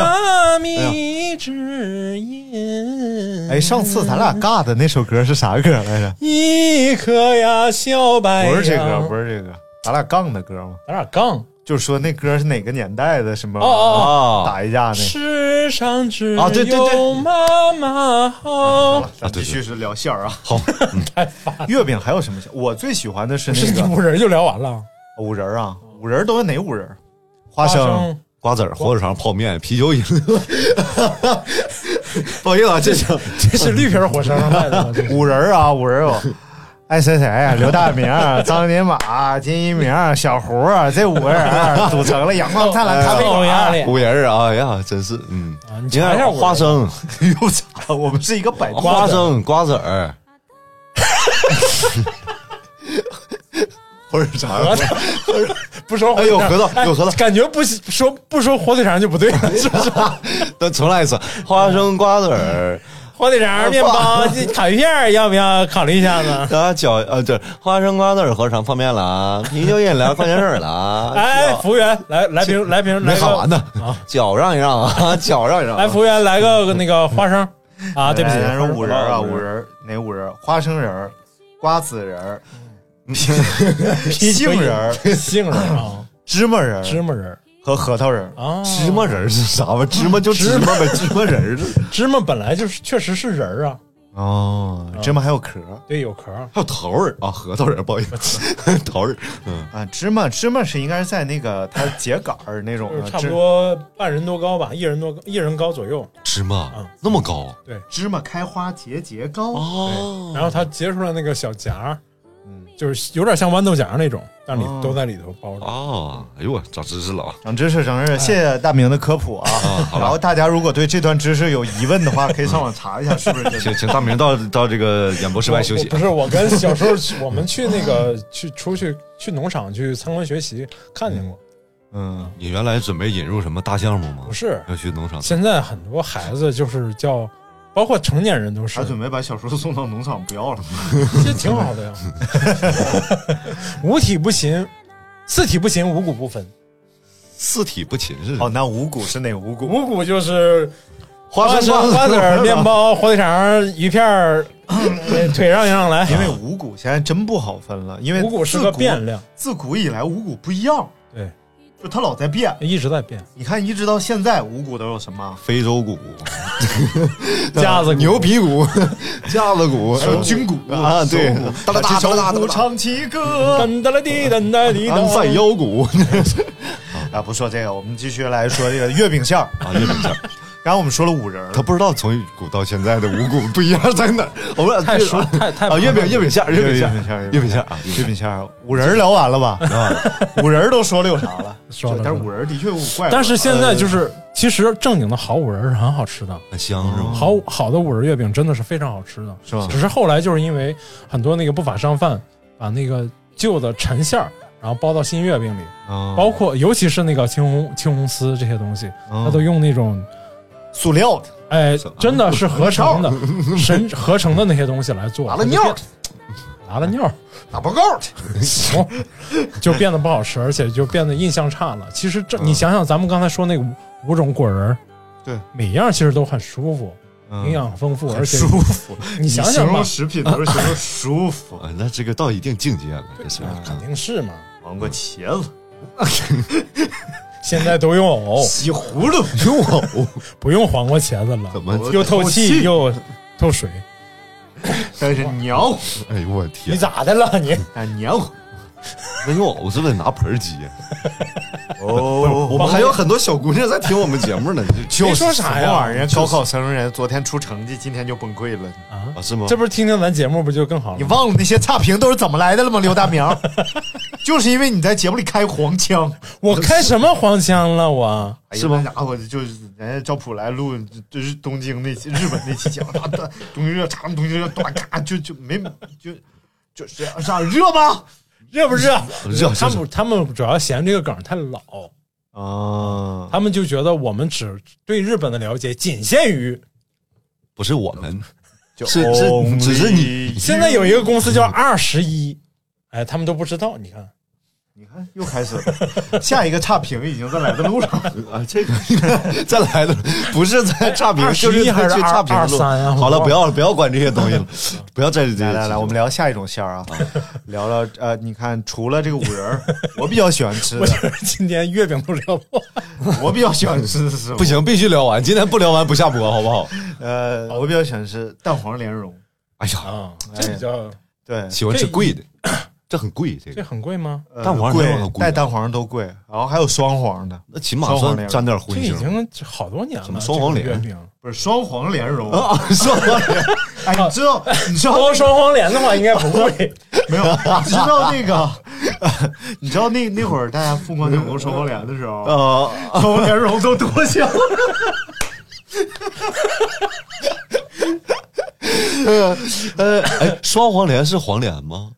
Speaker 3: 呀，迷之音。
Speaker 2: 哎，上次咱俩尬的那首歌是啥歌来着？
Speaker 3: 一颗哎呀，小白杨。
Speaker 2: 不是这歌，不是这歌，咱俩杠的歌吗？
Speaker 3: 咱俩杠。
Speaker 2: 就是说那歌是哪个年代的什么？
Speaker 3: 哦哦
Speaker 4: 啊
Speaker 2: 打一架那个。
Speaker 3: 世上只
Speaker 4: 啊对对对
Speaker 3: 有妈妈好。
Speaker 2: 咱必须是聊馅儿啊！
Speaker 4: 好，
Speaker 2: 月饼还有什么馅？我最喜欢的是
Speaker 3: 不是
Speaker 2: 那
Speaker 3: 你
Speaker 2: 个
Speaker 3: 五人就聊完了。
Speaker 2: 五仁儿啊，五仁儿都是哪五仁儿？花
Speaker 3: 花
Speaker 2: 生、
Speaker 3: 生
Speaker 4: 啊瓜子儿、火腿肠、泡面、啤酒饮料。 不好意思啊，这是
Speaker 3: 这是绿皮儿火烧上卖的吗？ 这是
Speaker 2: 五仁儿啊，五仁儿有爱谁谁 啊、刘大明儿、张金马儿、金一鸣儿、小胡 儿这五个人儿组成了阳光灿烂咖啡
Speaker 3: 哦 压力
Speaker 2: 馆。
Speaker 4: 五仁儿啊，哎呀，真是嗯
Speaker 3: 啊你，
Speaker 4: 你
Speaker 3: 查一下
Speaker 4: 看
Speaker 3: 五仁儿
Speaker 4: 花生、
Speaker 2: 又咋了？我们是一个百
Speaker 3: 瓜
Speaker 4: 花
Speaker 3: 子儿
Speaker 4: 生、瓜子 儿，或者啥？
Speaker 3: 核桃，不说火
Speaker 4: 哎哎
Speaker 3: 腿
Speaker 4: 有
Speaker 3: 肠
Speaker 4: 核
Speaker 3: 哎
Speaker 4: 桃，有核桃。
Speaker 3: 感觉不说不说火腿肠就不 对了，是不是？
Speaker 4: 啊那重来一次，花生、瓜子儿，
Speaker 3: 火腿肠、面包、这烤鱼片儿，要不要考虑一下 呢？
Speaker 4: 啊，搅呃，对，花生、瓜子儿、合肠、泡面了啊，啤酒饮料、矿泉水了啊。
Speaker 3: 哎，
Speaker 4: 搅
Speaker 3: 服务员，来来瓶 来瓶，
Speaker 4: 没
Speaker 3: 来
Speaker 4: 喊完
Speaker 3: 个
Speaker 4: 呢，脚让一让啊， 脚让一让啊。
Speaker 3: 来服务员来个那个花生啊，对不起，
Speaker 2: 咱说五仁儿啊，五
Speaker 4: 五仁
Speaker 2: 仁儿哪五仁儿？花生仁儿、瓜子仁儿、
Speaker 3: 啤酒
Speaker 2: 杏仁儿、
Speaker 3: 杏仁儿啊，
Speaker 2: 芝麻仁
Speaker 3: 芝
Speaker 2: 儿
Speaker 3: 麻仁儿
Speaker 2: 和核桃仁儿。
Speaker 3: 啊，
Speaker 4: 芝麻仁儿是啥吧？芝麻就芝麻呗，芝麻仁儿。
Speaker 3: 芝麻本来就是确实是仁儿啊，
Speaker 2: 哦，芝麻还有壳儿
Speaker 3: 对，有壳儿。
Speaker 4: 还有桃儿啊，核桃仁儿，不好意思， 桃儿。嗯，
Speaker 2: 啊，芝麻芝麻是应该是在那个它秸秆儿那种
Speaker 3: 就是
Speaker 2: 啊
Speaker 3: 差不
Speaker 2: 芝
Speaker 3: 多半人多高吧，一人多高一人高左右，
Speaker 4: 芝麻
Speaker 3: 嗯
Speaker 4: 那么高
Speaker 2: 芝麻开花节节高，
Speaker 4: 哦
Speaker 3: 然后它结出来那个小夹儿，就是有点像豌豆荚那种，但里
Speaker 2: 哦
Speaker 3: 都在里头包着。
Speaker 4: 啊！哎呦我长知识了啊！
Speaker 2: 长知识长知识，谢谢大明的科普啊。
Speaker 4: 好吧
Speaker 2: 然后大家如果对这段知识有疑问的话，可以上网查一下 是不是真
Speaker 4: 请
Speaker 2: 的。
Speaker 4: 请大明到 到这个演播室外休
Speaker 3: 我
Speaker 4: 息啊
Speaker 3: 不。是我跟小时候去我们去那个去出去去农场去参观学习，看见过。
Speaker 2: 嗯，
Speaker 4: 你原来准备引入什么大项目吗
Speaker 3: 不？是，
Speaker 4: 要去农场？
Speaker 3: 现在很多孩子就是叫，包括成年人都是
Speaker 2: 他，准备把小叔送到农场不要了。
Speaker 3: 这挺好的呀。五体不勤，四体不勤，五谷不分。
Speaker 4: 四体不勤是？
Speaker 2: 哦，那五谷是哪五谷？
Speaker 3: 五谷就是
Speaker 2: 花生
Speaker 3: 生、
Speaker 2: 瓜
Speaker 3: 瓜
Speaker 2: 子
Speaker 3: 子
Speaker 2: 儿
Speaker 3: 儿、面包、火腿肠、鱼片儿，呃腿让一让来。 啊
Speaker 2: 因为五谷现在真不好分了，因为
Speaker 3: 五谷是
Speaker 2: 自
Speaker 3: 个变量，
Speaker 2: 自古以来五谷不一样，
Speaker 3: 对，
Speaker 2: 就它老在变。
Speaker 3: 一直在变。
Speaker 2: 你看，一直到现在，五谷都有什么？
Speaker 4: 非 洲谷、
Speaker 3: 架子
Speaker 4: 牛皮谷、架子谷、
Speaker 2: 还有军谷
Speaker 4: 啊，对，哒哒哒哒哒哒哒
Speaker 2: 唱起歌，
Speaker 3: 噔哒啦滴噔哒滴
Speaker 4: 安塞
Speaker 3: 噔。
Speaker 4: 腰鼓，
Speaker 2: 啊，不说这个，我们继续来说这个月饼馅儿。
Speaker 4: 啊，月饼馅儿，
Speaker 2: 刚刚我们说了五仁儿，
Speaker 4: 他不知道从古到现在的五谷不一样在 哪儿。我们俩
Speaker 3: 太熟太太
Speaker 4: 啊，月饼月饼馅儿，月饼馅
Speaker 2: 月饼馅儿
Speaker 4: 儿，月饼馅儿啊，
Speaker 2: 月饼馅儿，五仁儿聊完了吧？ 五仁儿 都说六啥了？
Speaker 3: 说了
Speaker 2: 但是五呃仁儿的确有五怪味儿。
Speaker 3: 但是现在就是，其实正经的好五仁儿是很好吃的，
Speaker 4: 很香是吗？
Speaker 3: 好好的五仁月饼真的是非常好吃的，
Speaker 2: 嗯是吧
Speaker 3: 只是后来就是因为很多那个不法商贩把那个旧的陈馅儿，然后包到新月饼里，
Speaker 2: 嗯
Speaker 4: 啊
Speaker 3: 包括尤其是那个青红青红丝这些东西，
Speaker 2: 嗯
Speaker 3: 它都用那种
Speaker 2: 塑料的，
Speaker 3: 哎
Speaker 4: 什么，
Speaker 3: 真的是合成的，神合成的那些东西来做，
Speaker 2: 拿了尿儿的，
Speaker 3: 拿了尿 儿，
Speaker 2: 打报告的，
Speaker 3: 行，就变得不好吃，而且就变得印象差了。其实这你想想，咱们刚才说那个五种果仁儿，
Speaker 2: 嗯对，
Speaker 3: 每样其实都很舒服，
Speaker 4: 嗯
Speaker 3: 营养丰富，而且
Speaker 2: 舒服。
Speaker 3: 你想
Speaker 2: 形
Speaker 3: 想吧
Speaker 2: 容，食品都是形容舒服。
Speaker 4: 啊，那这个到一定境界了，这是
Speaker 3: 肯定是嘛。
Speaker 2: 黄瓜、茄子、
Speaker 3: 现在都用 藕，
Speaker 2: 西葫芦，
Speaker 4: 用藕
Speaker 3: 不用黄瓜、茄子了，
Speaker 4: 怎么？
Speaker 3: 又透气又透水。
Speaker 2: 但是黏糊，
Speaker 4: 哎呦我
Speaker 3: 你
Speaker 4: 天，
Speaker 3: 咋的 了你？
Speaker 2: 但黏糊。
Speaker 4: 那用藕是得拿盆儿接。
Speaker 2: 哦，
Speaker 4: 我们还有很多小姑娘在听我们节目 呢，你就
Speaker 2: 哎
Speaker 3: 没说啥
Speaker 2: 什么玩意
Speaker 3: 呀？
Speaker 2: 儿？人家高考生人昨天出成绩，今天就崩溃了。
Speaker 3: 啊
Speaker 4: 啊，是吗？
Speaker 3: 这不是听听咱节目不就更好了
Speaker 2: 你
Speaker 3: 吗？
Speaker 2: 忘了那些差评都是怎么来的了吗？刘大明，就是因为你在节目里开黄腔，
Speaker 3: 我开什么黄腔了我？
Speaker 2: 是吗？那家伙就是人家赵普来录就是东京那期日本那期节目，他 东京热茶，东京热短咔，就就没就就是啥热吗？
Speaker 3: 热不热？
Speaker 4: 热
Speaker 3: 嗯他
Speaker 4: 是
Speaker 3: 们他们主要嫌这个梗太老，
Speaker 2: 啊，
Speaker 3: 他们就觉得我们只对日本的了解仅限于。
Speaker 4: 不是我们，
Speaker 2: 就是哦
Speaker 4: 是
Speaker 2: only
Speaker 4: 只是嗯你
Speaker 2: you
Speaker 3: 现在有一个公司叫二十一，哎，他们都不知道。你看，
Speaker 2: 你看又开始了，下一个差评已经在来的路上了。
Speaker 4: 啊，这个 再来的不是在差评，
Speaker 3: 21
Speaker 4: 就是
Speaker 3: 还是
Speaker 4: 去差评
Speaker 3: 22
Speaker 4: 录
Speaker 3: 23啊
Speaker 4: 好了，
Speaker 3: 我
Speaker 4: 不要不要管这些东西了， 不要再这
Speaker 2: 来来来，我们聊下一种馅儿啊， 聊聊呃，你看除了这个五仁儿，我比较喜欢吃
Speaker 3: 我
Speaker 2: 的，
Speaker 3: 觉得 今天月饼都聊不完。
Speaker 2: 我比较喜欢吃的是
Speaker 4: 不行，必须聊完，今天不聊完不下 播，好不好？
Speaker 2: 呃，我比较喜欢吃蛋黄莲蓉。
Speaker 4: 哎呀，
Speaker 3: 啊，这比较
Speaker 2: 对，
Speaker 4: 喜欢吃贵的，这很贵，这
Speaker 3: 这
Speaker 4: 个
Speaker 3: 很贵吗？
Speaker 2: 呃
Speaker 4: 蛋黄
Speaker 2: 贵
Speaker 4: 莲蓉都，贵
Speaker 2: 带蛋黄都贵，然后还有双黄的，
Speaker 4: 那起码算沾点
Speaker 3: 这
Speaker 4: 荤
Speaker 3: 已
Speaker 4: 腥。
Speaker 3: 经好多年
Speaker 4: 什
Speaker 3: 了。
Speaker 4: 么双黄
Speaker 3: 这个
Speaker 4: 连
Speaker 3: 月饼，
Speaker 2: 不是双黄莲蓉。
Speaker 4: 啊，哦说 完了，
Speaker 2: 哎，你知道，你知道
Speaker 3: 包哦双黄连的话应该不贵。
Speaker 2: 没有？你知道那个，你知道那那会儿大家疯狂抢购双黄莲的时候，
Speaker 4: 呃，
Speaker 2: 双黄莲蓉都多香。
Speaker 4: 呃，哎，双黄连是黄连吗？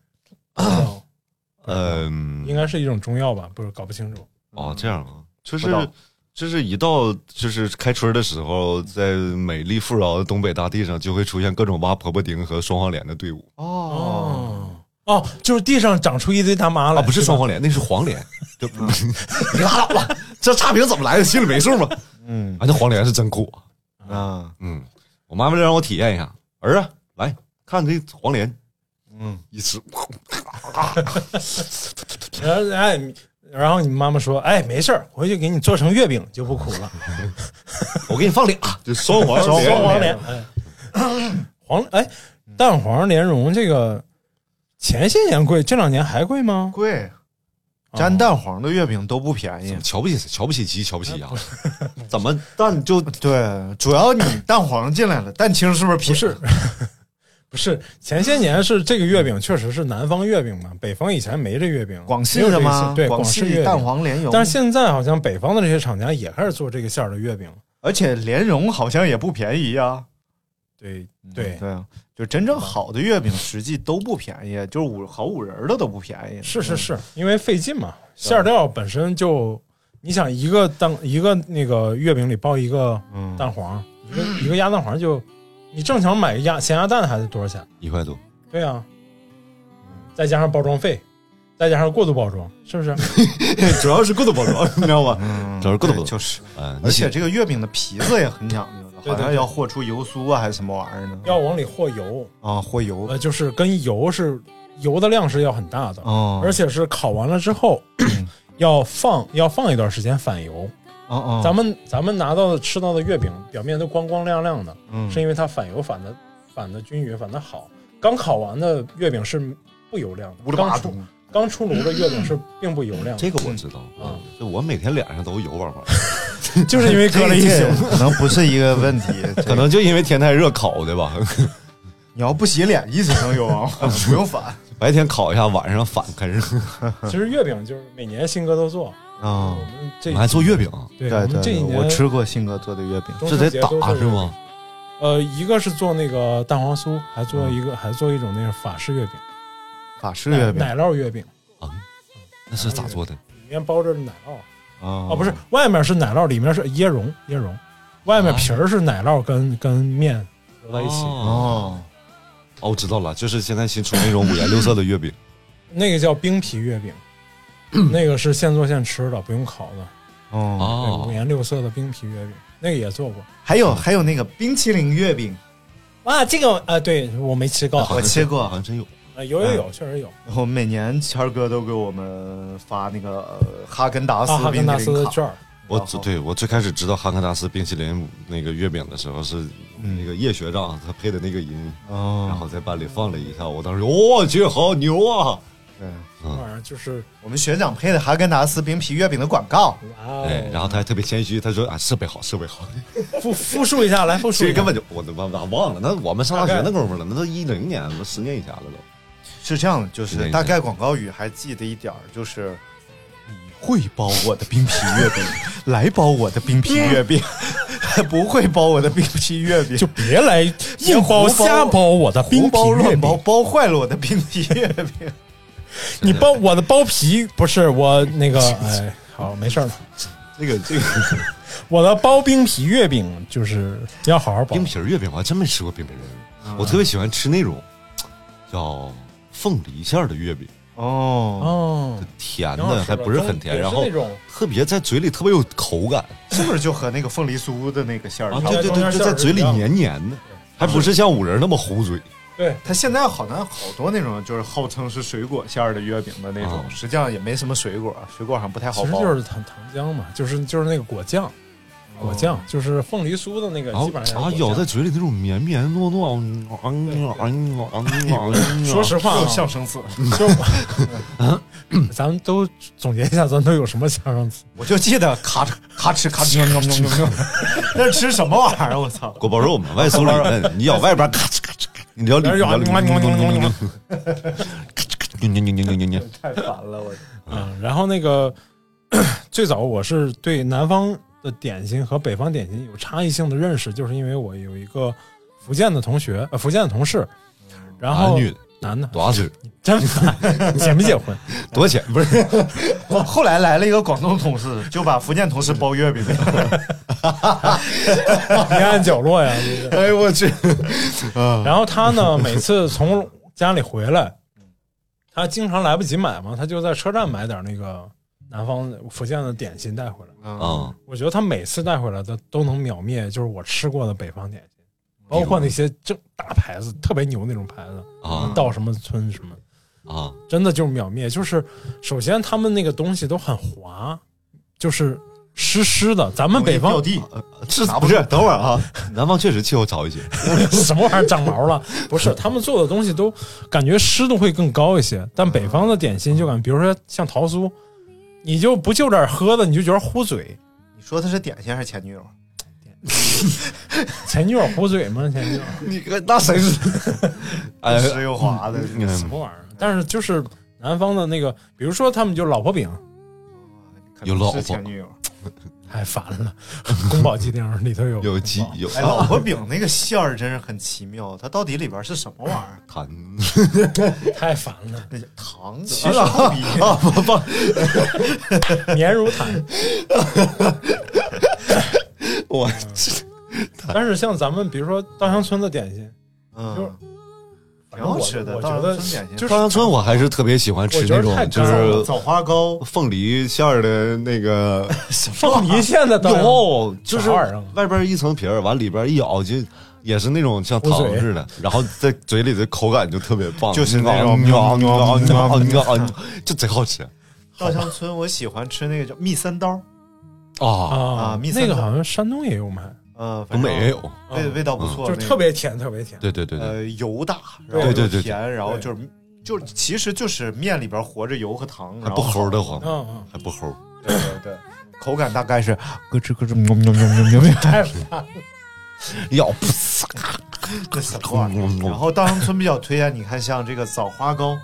Speaker 4: 嗯，
Speaker 3: 应该是一种中药吧？不是，搞不清楚。
Speaker 4: 哦，这样啊，就是
Speaker 2: 不懂
Speaker 4: 就是一到就是开春的时候，在美丽富饶的东北大地上，就会出现各种挖婆婆丁和双黄连的队伍
Speaker 2: 哦，
Speaker 3: 哦哦，就是地上长出一堆大妈
Speaker 4: 嗯
Speaker 3: 来，
Speaker 4: 啊，不是
Speaker 3: 吧
Speaker 4: 双黄连，那是黄连，这 你拉倒吧，这差评怎么来的？心里没数吗？
Speaker 2: 嗯
Speaker 4: 啊，那黄连是真苦啊，
Speaker 2: 啊，
Speaker 4: 嗯，我妈妈让我体验一下，儿啊，来看这黄连，嗯，一吃，
Speaker 3: 然后哎，然后你妈妈说：“哎，没事儿，回去给你做成月饼就不苦 了。
Speaker 4: 我给你放俩，这双黄
Speaker 3: 双
Speaker 4: 双
Speaker 3: 黄连，哎，黄哎，蛋黄莲蓉这个前些年贵，这两年还贵吗？
Speaker 2: 贵，沾蛋黄的月饼都不便宜。
Speaker 4: 瞧不起瞧不起鸡，瞧不起鸭，怎么蛋就
Speaker 2: 对，主要你蛋黄进来了，蛋清是不是便宜？
Speaker 3: 不是，不是，前些年是这个月饼确实是南方月饼嘛，北方以前没这月饼，
Speaker 2: 广西
Speaker 3: 没有
Speaker 2: 的
Speaker 3: 这个
Speaker 2: 吗
Speaker 3: 馅？对，
Speaker 2: 广
Speaker 3: 广式月
Speaker 2: 西
Speaker 3: 饼
Speaker 2: 蛋。黄莲蓉，
Speaker 3: 但是现在好像北方的这些厂家也开始做这个馅儿的月饼，
Speaker 2: 而且莲蓉好像也不便宜啊。
Speaker 3: 对对，
Speaker 2: 对啊，就真正好的月饼实际都不便宜，就是五好五仁儿的都不便宜。
Speaker 3: 是是是，因为费劲嘛，馅料本身就，你想一个蛋一个那个月饼里包一个
Speaker 2: 嗯，
Speaker 3: 蛋黄，一个一个鸭蛋黄就，你正常买个鸭咸鸭蛋还得多少钱？
Speaker 4: 一块多？
Speaker 3: 对啊，再加上包装费，再加上过度包装，是不是？
Speaker 4: 主要是各种包装，你知道吗？主要是各种包装，
Speaker 2: 就是，
Speaker 4: 嗯，你
Speaker 2: 而且
Speaker 4: 写
Speaker 2: 这个月饼的皮子也很讲究的，
Speaker 3: 对
Speaker 2: 好像
Speaker 3: 对
Speaker 2: 要和出油酥啊，还是什么玩意儿呢？
Speaker 3: 要往里和油，
Speaker 2: 啊，和油
Speaker 3: 呃，就是跟油是油的量是要很大的，
Speaker 2: 哦，
Speaker 3: 而且是烤完了之后。 要放要放一段时间反油，
Speaker 2: 哦哦，
Speaker 3: 咱们咱们拿到的吃到的月饼表面都光光亮亮的，
Speaker 2: 嗯
Speaker 3: 是因为它反油反的反的均匀，反的好。刚烤完的月饼是不油亮的，
Speaker 2: 乌里
Speaker 3: 刚
Speaker 2: 八
Speaker 3: 出
Speaker 2: 嘟
Speaker 3: 刚出炉的月饼是并不油亮的，
Speaker 4: 这个我知道
Speaker 3: 嗯啊，
Speaker 4: 就我每天脸上都油汪汪，
Speaker 3: 就是因为搁了一宿
Speaker 2: 这。可能不是一个问题，这
Speaker 4: 可能就因为天太热烤的 吧。
Speaker 2: 你要不洗脸，一直能有 啊，不用烦。
Speaker 4: 白天烤一下，晚上反开上
Speaker 2: 嗯
Speaker 3: 其实月饼就是每年新哥都做，
Speaker 2: 啊
Speaker 3: 我，们这
Speaker 4: 你还做月饼，
Speaker 3: 嗯对我们这一年
Speaker 2: 我吃过信哥做的月饼，
Speaker 3: 中
Speaker 4: 这
Speaker 3: 秋
Speaker 4: 得
Speaker 3: 节都
Speaker 4: 打是
Speaker 3: 是？
Speaker 4: 吗？
Speaker 3: 呃，一个是做那个蛋黄酥，还做一个还做一种那个法式月饼，
Speaker 2: 法式月饼
Speaker 3: 奶酪月饼，
Speaker 4: 啊，那是咋做的？
Speaker 3: 里面包着奶酪。
Speaker 4: 啊
Speaker 3: 哦，不是，外面是奶酪，里面是椰蓉，椰蓉，外面皮儿是奶酪跟跟面揉在一
Speaker 4: 哦，
Speaker 3: 起，
Speaker 2: 哦，
Speaker 4: 哦，我知道了，就是现在新出那种五颜六色的月饼，
Speaker 3: 那个叫冰皮月 饼，那个是现做现吃的，不用烤的，
Speaker 2: 哦，
Speaker 3: 对五
Speaker 4: 哦，
Speaker 3: 颜六色的冰皮月饼，那个也做过。
Speaker 2: 还有还有那个冰淇淋月饼，
Speaker 3: 啊，这个啊、对我没吃过，
Speaker 2: 我吃过
Speaker 4: 好，嗯像真有。
Speaker 3: 啊有有有，确实有。
Speaker 2: 然后每年谦儿哥都给我们发那个呃哈根达斯
Speaker 3: 啊，哈
Speaker 2: 冰
Speaker 3: 根达
Speaker 2: 淇
Speaker 3: 斯
Speaker 2: 淋
Speaker 3: 的
Speaker 2: 卡，
Speaker 3: 券儿，
Speaker 4: 我
Speaker 2: 然后
Speaker 4: 最对我最开始知道哈根达斯冰淇淋那个月饼的时候是那个叶学长他配的那个音，然
Speaker 2: 哦，
Speaker 4: 后在班里放了一下，我当时我去好牛啊！
Speaker 2: 对，
Speaker 3: 那玩意儿就是
Speaker 2: 我们学长配的哈根达斯冰皮月饼的广告，
Speaker 3: 哇哦，
Speaker 4: 哎，然后他还特别谦虚，他说啊设备好设备好，
Speaker 3: 复复述一下来，复述
Speaker 4: 其
Speaker 3: 一
Speaker 4: 实
Speaker 3: 下
Speaker 4: 根本就我都忘忘了，那我们上大学
Speaker 3: 大概
Speaker 4: 那功夫了，那都一零年了，十年以前了都。
Speaker 2: 是这样的，就
Speaker 4: 对
Speaker 2: 是
Speaker 4: 对
Speaker 2: 大概广告语还记得一点儿，就是你会包我的冰皮月饼，来包我的冰皮月 饼，不会包我的冰皮月饼
Speaker 3: 就别来硬包瞎包我的冰
Speaker 2: 胡
Speaker 3: 皮
Speaker 2: 包
Speaker 3: 月
Speaker 2: 乱包，
Speaker 3: 饼，
Speaker 2: 包坏了我的冰皮月饼。
Speaker 3: 你包我的包皮不是我那个哎，好没事儿了。
Speaker 4: 这个这个
Speaker 3: 我的包冰皮月饼就是要好好包
Speaker 4: 冰皮儿月饼我还真没吃过冰皮儿月
Speaker 3: 嗯
Speaker 4: 饼，我特别喜欢吃那种叫凤梨馅儿的月饼，
Speaker 2: 哦，
Speaker 3: 哦，
Speaker 4: 甜
Speaker 3: 挺好
Speaker 4: 的
Speaker 3: 吃
Speaker 4: 还
Speaker 3: 的
Speaker 4: 不是很甜，
Speaker 3: 中也
Speaker 4: 然
Speaker 3: 是
Speaker 4: 后
Speaker 3: 那种
Speaker 4: 特别在嘴里特别有口感。
Speaker 2: 是不是就和那个凤梨酥的那个馅儿
Speaker 4: 啊，
Speaker 2: 差不
Speaker 4: 对
Speaker 2: 多？
Speaker 4: 对对，就在嘴里黏黏的，还不是像五仁那么糊嘴。
Speaker 3: 对，
Speaker 2: 它现在好像好多那种就是号称是水果馅儿的月饼的那种
Speaker 4: 啊，
Speaker 2: 实际上也没什么水果，水果好像不太好
Speaker 3: 其实
Speaker 2: 包。
Speaker 3: 就是糖糖浆嘛，就是就是那个果酱，果酱就是凤梨酥的那个
Speaker 4: 然，后
Speaker 3: 基本上
Speaker 4: 哦啊，
Speaker 3: 也是果
Speaker 4: 咬在
Speaker 3: 酱。
Speaker 4: 嘴里那种绵绵糯糯，嗯
Speaker 3: 说实话
Speaker 2: 又
Speaker 3: 啊，
Speaker 2: 象声 词，
Speaker 3: 就咱们都总结一下，咱都有什么想象词？
Speaker 2: 我就记得咔哧咔哧咔哧，那是吃什么玩意儿？我操！
Speaker 4: 锅包肉嘛，外酥里嫩，你咬外边咔哧咔哧咔哧，你咬里边咔哧咔哧咔哧，
Speaker 2: 太烦了，我
Speaker 3: 嗯，然后那个最早我是对南方的点心和北方点心有差异性的认识，就是因为我有一个福建的同学，呃，福建的同事，然后
Speaker 4: 嗯男女的
Speaker 3: 男的
Speaker 4: 多大嘴，
Speaker 3: 真烦，结没 结婚？
Speaker 4: 多钱不是？
Speaker 2: 我后来来了一个广东同事，就把福建同事包月饼。
Speaker 3: 阴暗角落呀。就是
Speaker 4: 哎呦我去，
Speaker 3: 然后 他呢，每次从家里回来，他经常来不及买嘛，他就在车站买点那个南方福建的点心带回来。
Speaker 4: 啊，
Speaker 3: 我觉得他每次带回来的都能秒灭，就是我吃过的北方点心，包括那些正大牌子特别牛那种牌子，
Speaker 4: 啊
Speaker 3: 到什么村什么，
Speaker 4: 啊，
Speaker 3: 真的就是秒灭。就是首先他们那个东西都很滑，就是湿湿的。咱们北方
Speaker 2: 掉地，
Speaker 4: 是不是？等会儿啊，南方确实气候潮一些，
Speaker 3: 什么玩意儿长毛了？不是，他们做的东西都感觉湿度会更高一些，但
Speaker 2: 嗯
Speaker 3: 北方的点心就感觉，比如说像桃酥，你就不就点喝的，你就觉得糊嘴，
Speaker 2: 你说他是点心还是前女友？
Speaker 3: 前女友糊 嘴吗？前女友
Speaker 4: 你那谁是？哎
Speaker 2: 又湿又滑的，
Speaker 3: 什么玩意儿？但是就是南方的那个，比如说他们就老婆饼，
Speaker 2: 可能
Speaker 4: 有老婆
Speaker 2: 是前女友。
Speaker 3: 太烦了， 宫保鸡丁里头有
Speaker 4: 有鸡有
Speaker 2: 哎，老婆饼那个馅儿真是很奇妙，它到底里边是什么玩意儿？
Speaker 4: 痰
Speaker 3: 太烦了，
Speaker 2: 那叫糖其实不比
Speaker 4: 啊，不不，
Speaker 3: 绵如毯。
Speaker 4: 我
Speaker 3: 但是像咱们比如说稻香村的点心，
Speaker 2: 嗯，挺
Speaker 3: 反正我
Speaker 2: 好吃的。
Speaker 3: 我
Speaker 2: 当
Speaker 3: 觉
Speaker 2: 然
Speaker 3: 得
Speaker 2: 村点心
Speaker 3: 就是
Speaker 4: 稻香村我还是特别喜欢吃那种就是
Speaker 2: 枣花糕，
Speaker 4: 凤梨馅儿的那个，
Speaker 3: 凤
Speaker 2: 啊
Speaker 3: 梨馅的稻香
Speaker 4: 有就是
Speaker 3: 啥玩意儿啊
Speaker 4: 外边一层皮儿，完里边一咬就也是那种像糖似的，然后在嘴里的口感就特别棒，
Speaker 2: 就是那种
Speaker 4: 喵喵喵喵喵， 就贼好吃
Speaker 2: 稻香村我喜欢吃那个叫蜜三刀，
Speaker 4: 啊！
Speaker 3: 啊
Speaker 2: 啊蜜三
Speaker 3: 那个
Speaker 2: 角
Speaker 3: 好像山东也有卖，
Speaker 2: 呃，
Speaker 4: 东
Speaker 2: 反正
Speaker 4: 北也有，嗯
Speaker 2: 味味道不错，
Speaker 3: 就
Speaker 2: 那
Speaker 3: 是
Speaker 2: 个
Speaker 3: 特别甜，特别甜。
Speaker 2: 哎
Speaker 4: 对对对对，
Speaker 2: 呃油大，然
Speaker 3: 对
Speaker 2: 后
Speaker 4: 对
Speaker 2: 又
Speaker 4: 对对
Speaker 2: 甜，然后就是就是其实就是面里边活着油和糖，
Speaker 4: 还
Speaker 2: 然
Speaker 4: 不
Speaker 2: 后
Speaker 4: 齁的慌，
Speaker 3: 嗯嗯，
Speaker 4: 还不齁。
Speaker 2: 对对对，口感大概是咯吱咯吱，喵喵喵喵喵喵，太
Speaker 4: 要不
Speaker 2: 这什么
Speaker 4: 嗯
Speaker 2: 玩意儿？然后稻香村比较推荐，你看像这个枣花糕，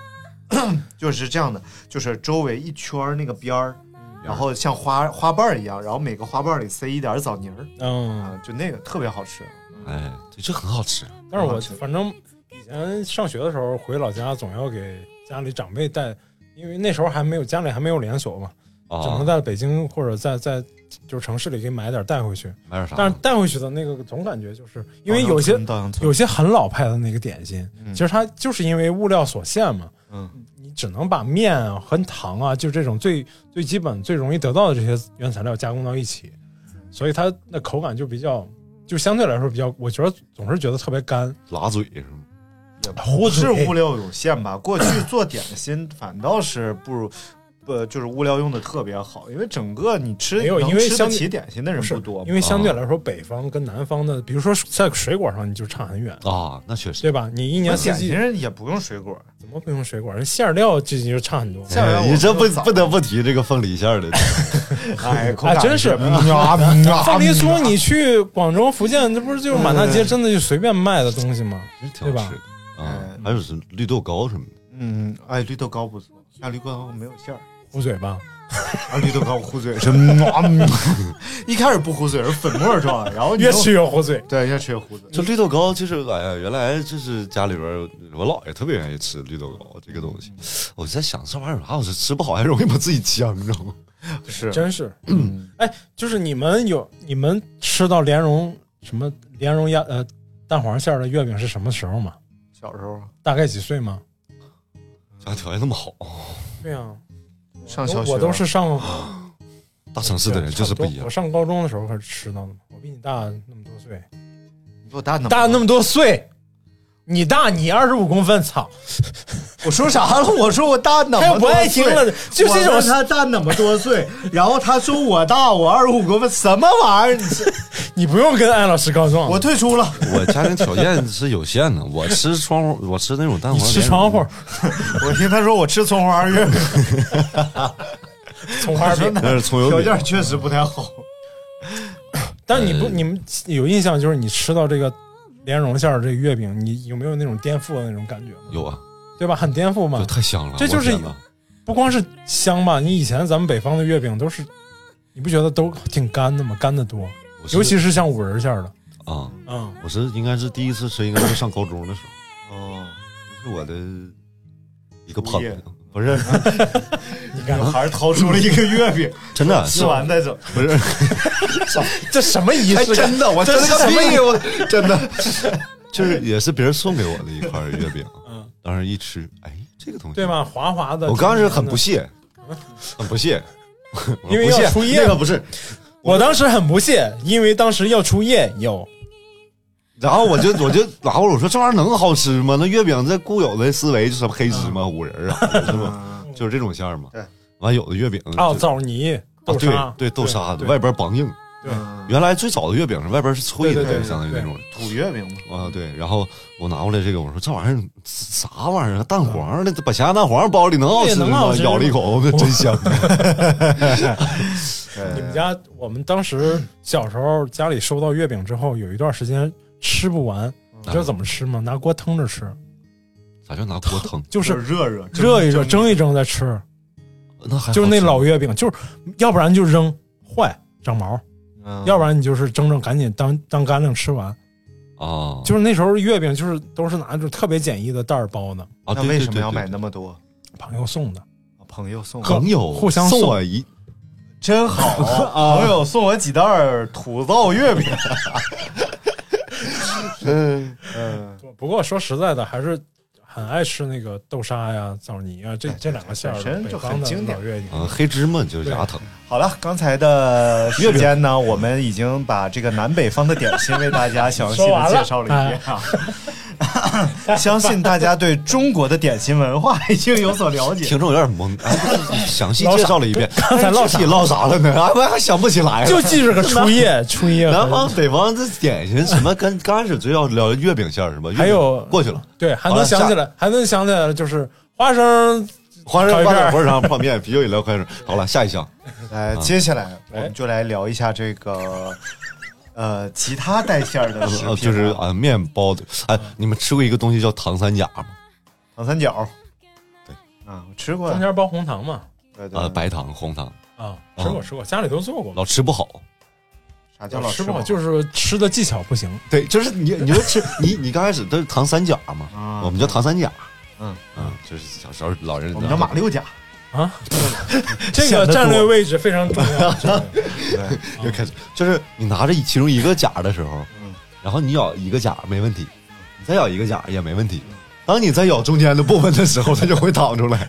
Speaker 2: 就是这样的，就是周围一圈儿那个边儿，然后像花花瓣儿一样，然后每个花瓣儿里塞一点儿枣泥儿，
Speaker 3: 嗯，
Speaker 2: 啊，就那个特别好吃。
Speaker 4: 哎，这这很好吃。
Speaker 3: 但啊是我反正以前上学的时候回老家，总要给家里长辈带，因为那时候还没有家里还没有连锁嘛，
Speaker 4: 啊
Speaker 3: 只能在北京或者在在就是城市里给买点带回去。
Speaker 4: 买点啥？
Speaker 3: 但是带回去的那个总感觉就是因
Speaker 2: 哦
Speaker 3: 为有些
Speaker 2: 稻香村
Speaker 3: 有些很老派的那个点心，
Speaker 2: 嗯
Speaker 3: 其实它就是因为物料所限嘛，
Speaker 2: 嗯，
Speaker 3: 你只能把面啊和糖啊，就这种最最基本、最容易得到的这些原材料加工到一起，
Speaker 2: 嗯
Speaker 3: 所以它的口感就比较，就相对来说比较，我觉得总是觉得特别干，
Speaker 4: 拉嘴是吗？
Speaker 2: 也
Speaker 3: 糊
Speaker 2: 不是
Speaker 3: 嘴
Speaker 2: 物料有限吧？过去做点心反倒是不如。不就是物料用的特别好，因为整个你吃
Speaker 3: 没有
Speaker 2: 能
Speaker 3: 因为
Speaker 2: 吃得
Speaker 3: 相
Speaker 2: 起点心的人
Speaker 3: 是
Speaker 2: 不多，
Speaker 3: 因为相对来说北方跟南方的，比如说在水果上你就差很远，
Speaker 4: 啊，那确实。
Speaker 3: 对吧？你一年
Speaker 2: 点
Speaker 3: 四
Speaker 2: 心
Speaker 3: 季
Speaker 2: 人也不用水 果，
Speaker 3: 怎么不用水果？人馅儿料这就差很多。
Speaker 2: 下面我
Speaker 4: 哎你这不
Speaker 2: 就早
Speaker 4: 不得不提这个凤梨馅儿的，
Speaker 2: 哎，口
Speaker 3: 哎
Speaker 2: 感
Speaker 3: 真是 嗯
Speaker 2: 啊 啊
Speaker 3: 凤梨酥，你去广州、福建，这不是就是满大街真的就随便卖的东西吗？
Speaker 4: 真挺好吃的啊
Speaker 2: 哎。
Speaker 4: 还有是绿豆糕什么的，
Speaker 2: 嗯，哎，绿豆糕不错，但绿豆糕没有馅儿。
Speaker 3: 糊嘴吧，
Speaker 2: 啊，绿豆糕糊嘴 是，嗯 一开始不糊嘴是粉末状，然后你
Speaker 3: 越
Speaker 2: 又
Speaker 3: 吃越糊嘴。
Speaker 2: 对越吃越糊嘴。
Speaker 4: 这绿豆糕就是哎呀，原来就是家里边儿我姥爷特别愿意吃绿豆糕这个东西。我在想这玩意儿有啥好吃，吃不好还容易把自己呛着。
Speaker 2: 是
Speaker 3: 真是，
Speaker 2: 嗯
Speaker 3: 哎，就是你们有你们吃到莲蓉什么莲蓉鸭呃蛋黄馅儿的月饼是什么时候吗？
Speaker 2: 小时候
Speaker 3: 大概几岁吗？
Speaker 4: 家条件那么好，
Speaker 3: 对呀、啊，
Speaker 2: 上小学
Speaker 4: 啊
Speaker 3: 我都是上
Speaker 4: 大城市的人就是不一
Speaker 3: 差多
Speaker 4: 样
Speaker 3: 我。上高中的时候开始吃到的嘛，我比你大那么多岁，
Speaker 2: 你比我大那么
Speaker 3: 大那么多岁，你大你二十五公分，操！
Speaker 2: 我说啥了？我说我大那
Speaker 3: 哎
Speaker 2: 么
Speaker 3: 我不
Speaker 2: 多
Speaker 3: 爱
Speaker 2: 岁
Speaker 3: 听了，就这
Speaker 2: 我
Speaker 3: 种
Speaker 2: 问他大那么多岁，然后他说我大我二十五公分，什么玩意儿？你是
Speaker 3: 你不用跟艾老师告状，
Speaker 2: 我退出了。
Speaker 4: 我家庭条件是有限的，我吃窗户，我吃那种蛋
Speaker 3: 你
Speaker 4: 黄。
Speaker 3: 吃窗户，
Speaker 2: 我听他说我吃葱花月饼，
Speaker 3: 葱花饼。
Speaker 4: 那是葱油
Speaker 2: 条
Speaker 4: 饼。
Speaker 2: 件确实不太好。
Speaker 3: 但你不，
Speaker 4: 呃
Speaker 3: 你们有印象就是你吃到这个莲蓉馅儿这个月饼，你有没有那种颠覆的那种感觉吗？
Speaker 4: 有啊，
Speaker 3: 对吧？很颠覆
Speaker 4: 这
Speaker 3: 嘛，
Speaker 4: 太香了，
Speaker 3: 这就是
Speaker 4: 我天哪
Speaker 3: 不光是香吧，你以前咱们北方的月饼都是，你不觉得都挺干的吗？干的多，
Speaker 4: 我是
Speaker 3: 尤其是像五仁馅儿的，
Speaker 4: 啊，
Speaker 3: 嗯，
Speaker 4: 我是应该是第一次吃，应该是上高中的时候，
Speaker 2: 哦，
Speaker 4: 是我的一个朋
Speaker 2: 初
Speaker 4: 友
Speaker 2: 夜，
Speaker 4: 不是
Speaker 3: 你看
Speaker 2: 还是掏出了一个月饼，
Speaker 4: 真 的，
Speaker 2: 吃完再整。
Speaker 4: 不是，
Speaker 3: 这什么仪
Speaker 4: 哎，
Speaker 3: 式感？
Speaker 4: 真的，我
Speaker 3: 这
Speaker 4: 真
Speaker 3: 是什么
Speaker 4: 的，我真的， 就是也是别人送给我的一块月饼，
Speaker 3: 嗯，
Speaker 4: 当时一吃，哎，这个东西，
Speaker 3: 对？吗？滑滑的。
Speaker 4: 我刚开始很不
Speaker 3: 甜
Speaker 4: 屑，很不屑，我
Speaker 3: 因为
Speaker 4: 不屑
Speaker 3: 要出夜
Speaker 4: 那个不是，
Speaker 3: 甜的，我当时很不屑，因为当时要出夜有，
Speaker 4: 然后我就我就然后我说这玩意儿能好吃吗？那月饼在固有的思维就是什么黑芝麻、
Speaker 3: 嗯
Speaker 4: 五仁啊，是吗？就是这种馅儿嘛。
Speaker 2: 对，
Speaker 4: 完有的月饼
Speaker 3: 哦，
Speaker 4: 就
Speaker 3: 枣泥、
Speaker 4: 嗯啊
Speaker 3: 豆沙，
Speaker 4: 对对豆沙的，
Speaker 3: 对
Speaker 4: 外边梆硬。
Speaker 2: 嗯
Speaker 4: 原来最早的月饼是外边是脆
Speaker 3: 对
Speaker 4: 的，
Speaker 3: 对对
Speaker 4: 相当于那种
Speaker 2: 土月饼嘛，
Speaker 4: 啊对。然后我拿过来这个，我说这玩意儿啥玩意儿啊？蛋黄的，把咸鸭蛋黄包里能好
Speaker 3: 对
Speaker 4: 吃
Speaker 3: 能好
Speaker 4: 吗？
Speaker 3: 吃
Speaker 4: 咬了一口，那真 香。
Speaker 3: 你们家我们当时小时候家里收到月饼之后，有一段时间吃不完，你知道怎么吃吗？拿锅腾着吃，
Speaker 4: 咋叫拿锅腾？
Speaker 3: 就
Speaker 2: 就是热热
Speaker 3: 热一热，
Speaker 2: 蒸
Speaker 3: 蒸一蒸再吃，
Speaker 4: 那还好
Speaker 3: 就是那
Speaker 4: 吃
Speaker 3: 老月饼，就是要不然就扔坏长毛，
Speaker 2: 嗯
Speaker 3: 要不然你就是蒸蒸赶紧当当干粮吃完。
Speaker 4: 啊，
Speaker 3: 就是那时候月饼就是都是拿那种特别简易的袋儿包的，
Speaker 4: 啊，
Speaker 2: 那
Speaker 4: 对
Speaker 2: 为
Speaker 4: 对
Speaker 2: 什么
Speaker 4: 对
Speaker 2: 要
Speaker 4: 对
Speaker 2: 买那么多？
Speaker 3: 朋友送的，
Speaker 2: 朋友送我
Speaker 4: 朋友
Speaker 3: 互相
Speaker 4: 送
Speaker 3: 送
Speaker 4: 我一
Speaker 2: 真 好，啊朋友送我几袋儿土豆月饼。 嗯嗯，
Speaker 3: 不过说实在的，还是很爱吃那个豆沙呀、枣泥啊这这两个馅儿
Speaker 2: 本
Speaker 3: 的，
Speaker 2: 身
Speaker 3: 北
Speaker 2: 就很
Speaker 3: 方的
Speaker 2: 经典
Speaker 3: 老月饼。
Speaker 4: 啊黑芝麻就是牙疼。
Speaker 2: 好了，刚才的时间呢，我们已经把这个南北方的点心为大家详细
Speaker 3: 说完
Speaker 2: 的
Speaker 3: 了
Speaker 2: 介绍了一遍啊。 相信大家对中国的点心文化已经有所了 解。
Speaker 4: 听众有点懵，哎详细介绍了一遍，
Speaker 3: 刚才唠啥
Speaker 4: 具体唠啥了呢？啊，我还想不起来了。
Speaker 3: 就记着个初夜，初夜
Speaker 4: 南方、北方这点心什么跟刚开始最要聊月饼馅儿是吧？月饼
Speaker 3: 还有
Speaker 4: 过去了，
Speaker 3: 对，还
Speaker 4: 好了
Speaker 3: 能想
Speaker 4: 下
Speaker 3: 起来，还能想起来，就是花生
Speaker 4: 花
Speaker 3: 烤
Speaker 4: 生
Speaker 3: 鱼
Speaker 4: 八
Speaker 3: 片儿
Speaker 4: 角花生泡面啤酒饮料开水。好了，下一项，
Speaker 2: 呃，接下来我们就来聊一下这个，呃，其他带馅儿的食品
Speaker 4: 呃
Speaker 2: 啊，
Speaker 4: 就是啊面包的。哎，你们吃过一个东西叫糖三角吗？
Speaker 2: 糖三角。对，啊，我吃过
Speaker 3: 中。间包红糖嘛，
Speaker 2: 对对
Speaker 4: 啊，白糖、红糖，
Speaker 3: 啊，吃过吃过，家里都做过嘛。
Speaker 4: 老吃不好。
Speaker 2: 啥叫老
Speaker 3: 吃
Speaker 2: 吃
Speaker 3: 不好，
Speaker 2: 好？
Speaker 3: 就是吃的技巧不行。
Speaker 4: 对，就是你，你就吃你，你刚开始都是糖三角嘛，
Speaker 2: 啊
Speaker 4: 我们叫糖三角，
Speaker 2: 嗯
Speaker 4: 嗯，就是小时候老人
Speaker 2: 我们叫马六甲。
Speaker 3: 这
Speaker 4: 显得
Speaker 3: 个
Speaker 4: 多
Speaker 3: 战略位置非常重要。真的
Speaker 4: 就开始，就是你拿着其中一个夹的时候，然后你咬一个夹没问题，你再咬一个夹也没问题，当你再咬中间的部分的时候，它就 会淌出来。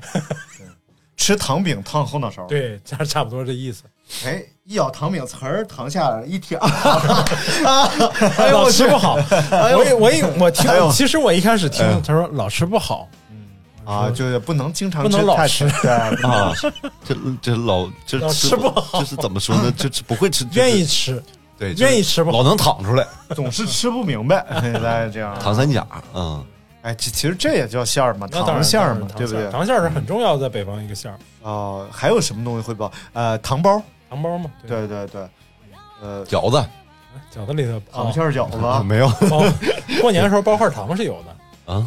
Speaker 2: 吃糖饼烫后脑勺，，
Speaker 3: 对，差差不多这意思。
Speaker 2: 哎，一咬糖饼，呲儿糖下来了，一舔，
Speaker 3: 哎老吃不好，
Speaker 2: 哎
Speaker 3: 我也我也我听
Speaker 4: 哎，呦
Speaker 3: 其实我一开始听
Speaker 4: 哎呦
Speaker 3: 他说老吃不好，
Speaker 2: 啊，就是不能经常
Speaker 3: 不能老
Speaker 2: 太
Speaker 3: 吃
Speaker 2: 对，不能老
Speaker 4: 啊
Speaker 2: 吃，
Speaker 4: 这这老这
Speaker 3: 老吃不好
Speaker 4: 就是怎么说呢？就是不会吃，就是
Speaker 3: 愿意吃，
Speaker 4: 对，就是
Speaker 3: 愿意吃不好
Speaker 4: 老能淌出来
Speaker 2: 总是吃不明白，现在这样。
Speaker 4: 糖三角，嗯，
Speaker 2: 哎，其其实这也叫馅儿嘛，
Speaker 3: 那当然
Speaker 2: 糖馅儿
Speaker 3: 当
Speaker 2: 嘛，
Speaker 3: 然
Speaker 2: 对不对
Speaker 3: 糖馅儿？糖馅儿是很重要的，在北方一个馅儿，
Speaker 2: 哦，还有什么东西会包？呃，糖包，
Speaker 3: 糖包嘛，，
Speaker 2: 对对对，呃，
Speaker 4: 饺子
Speaker 3: 饺子里头
Speaker 2: 糖馅儿饺
Speaker 4: 啊
Speaker 2: 子，
Speaker 4: 没 有
Speaker 3: 包，过年的时候包块糖是有的。
Speaker 4: 啊？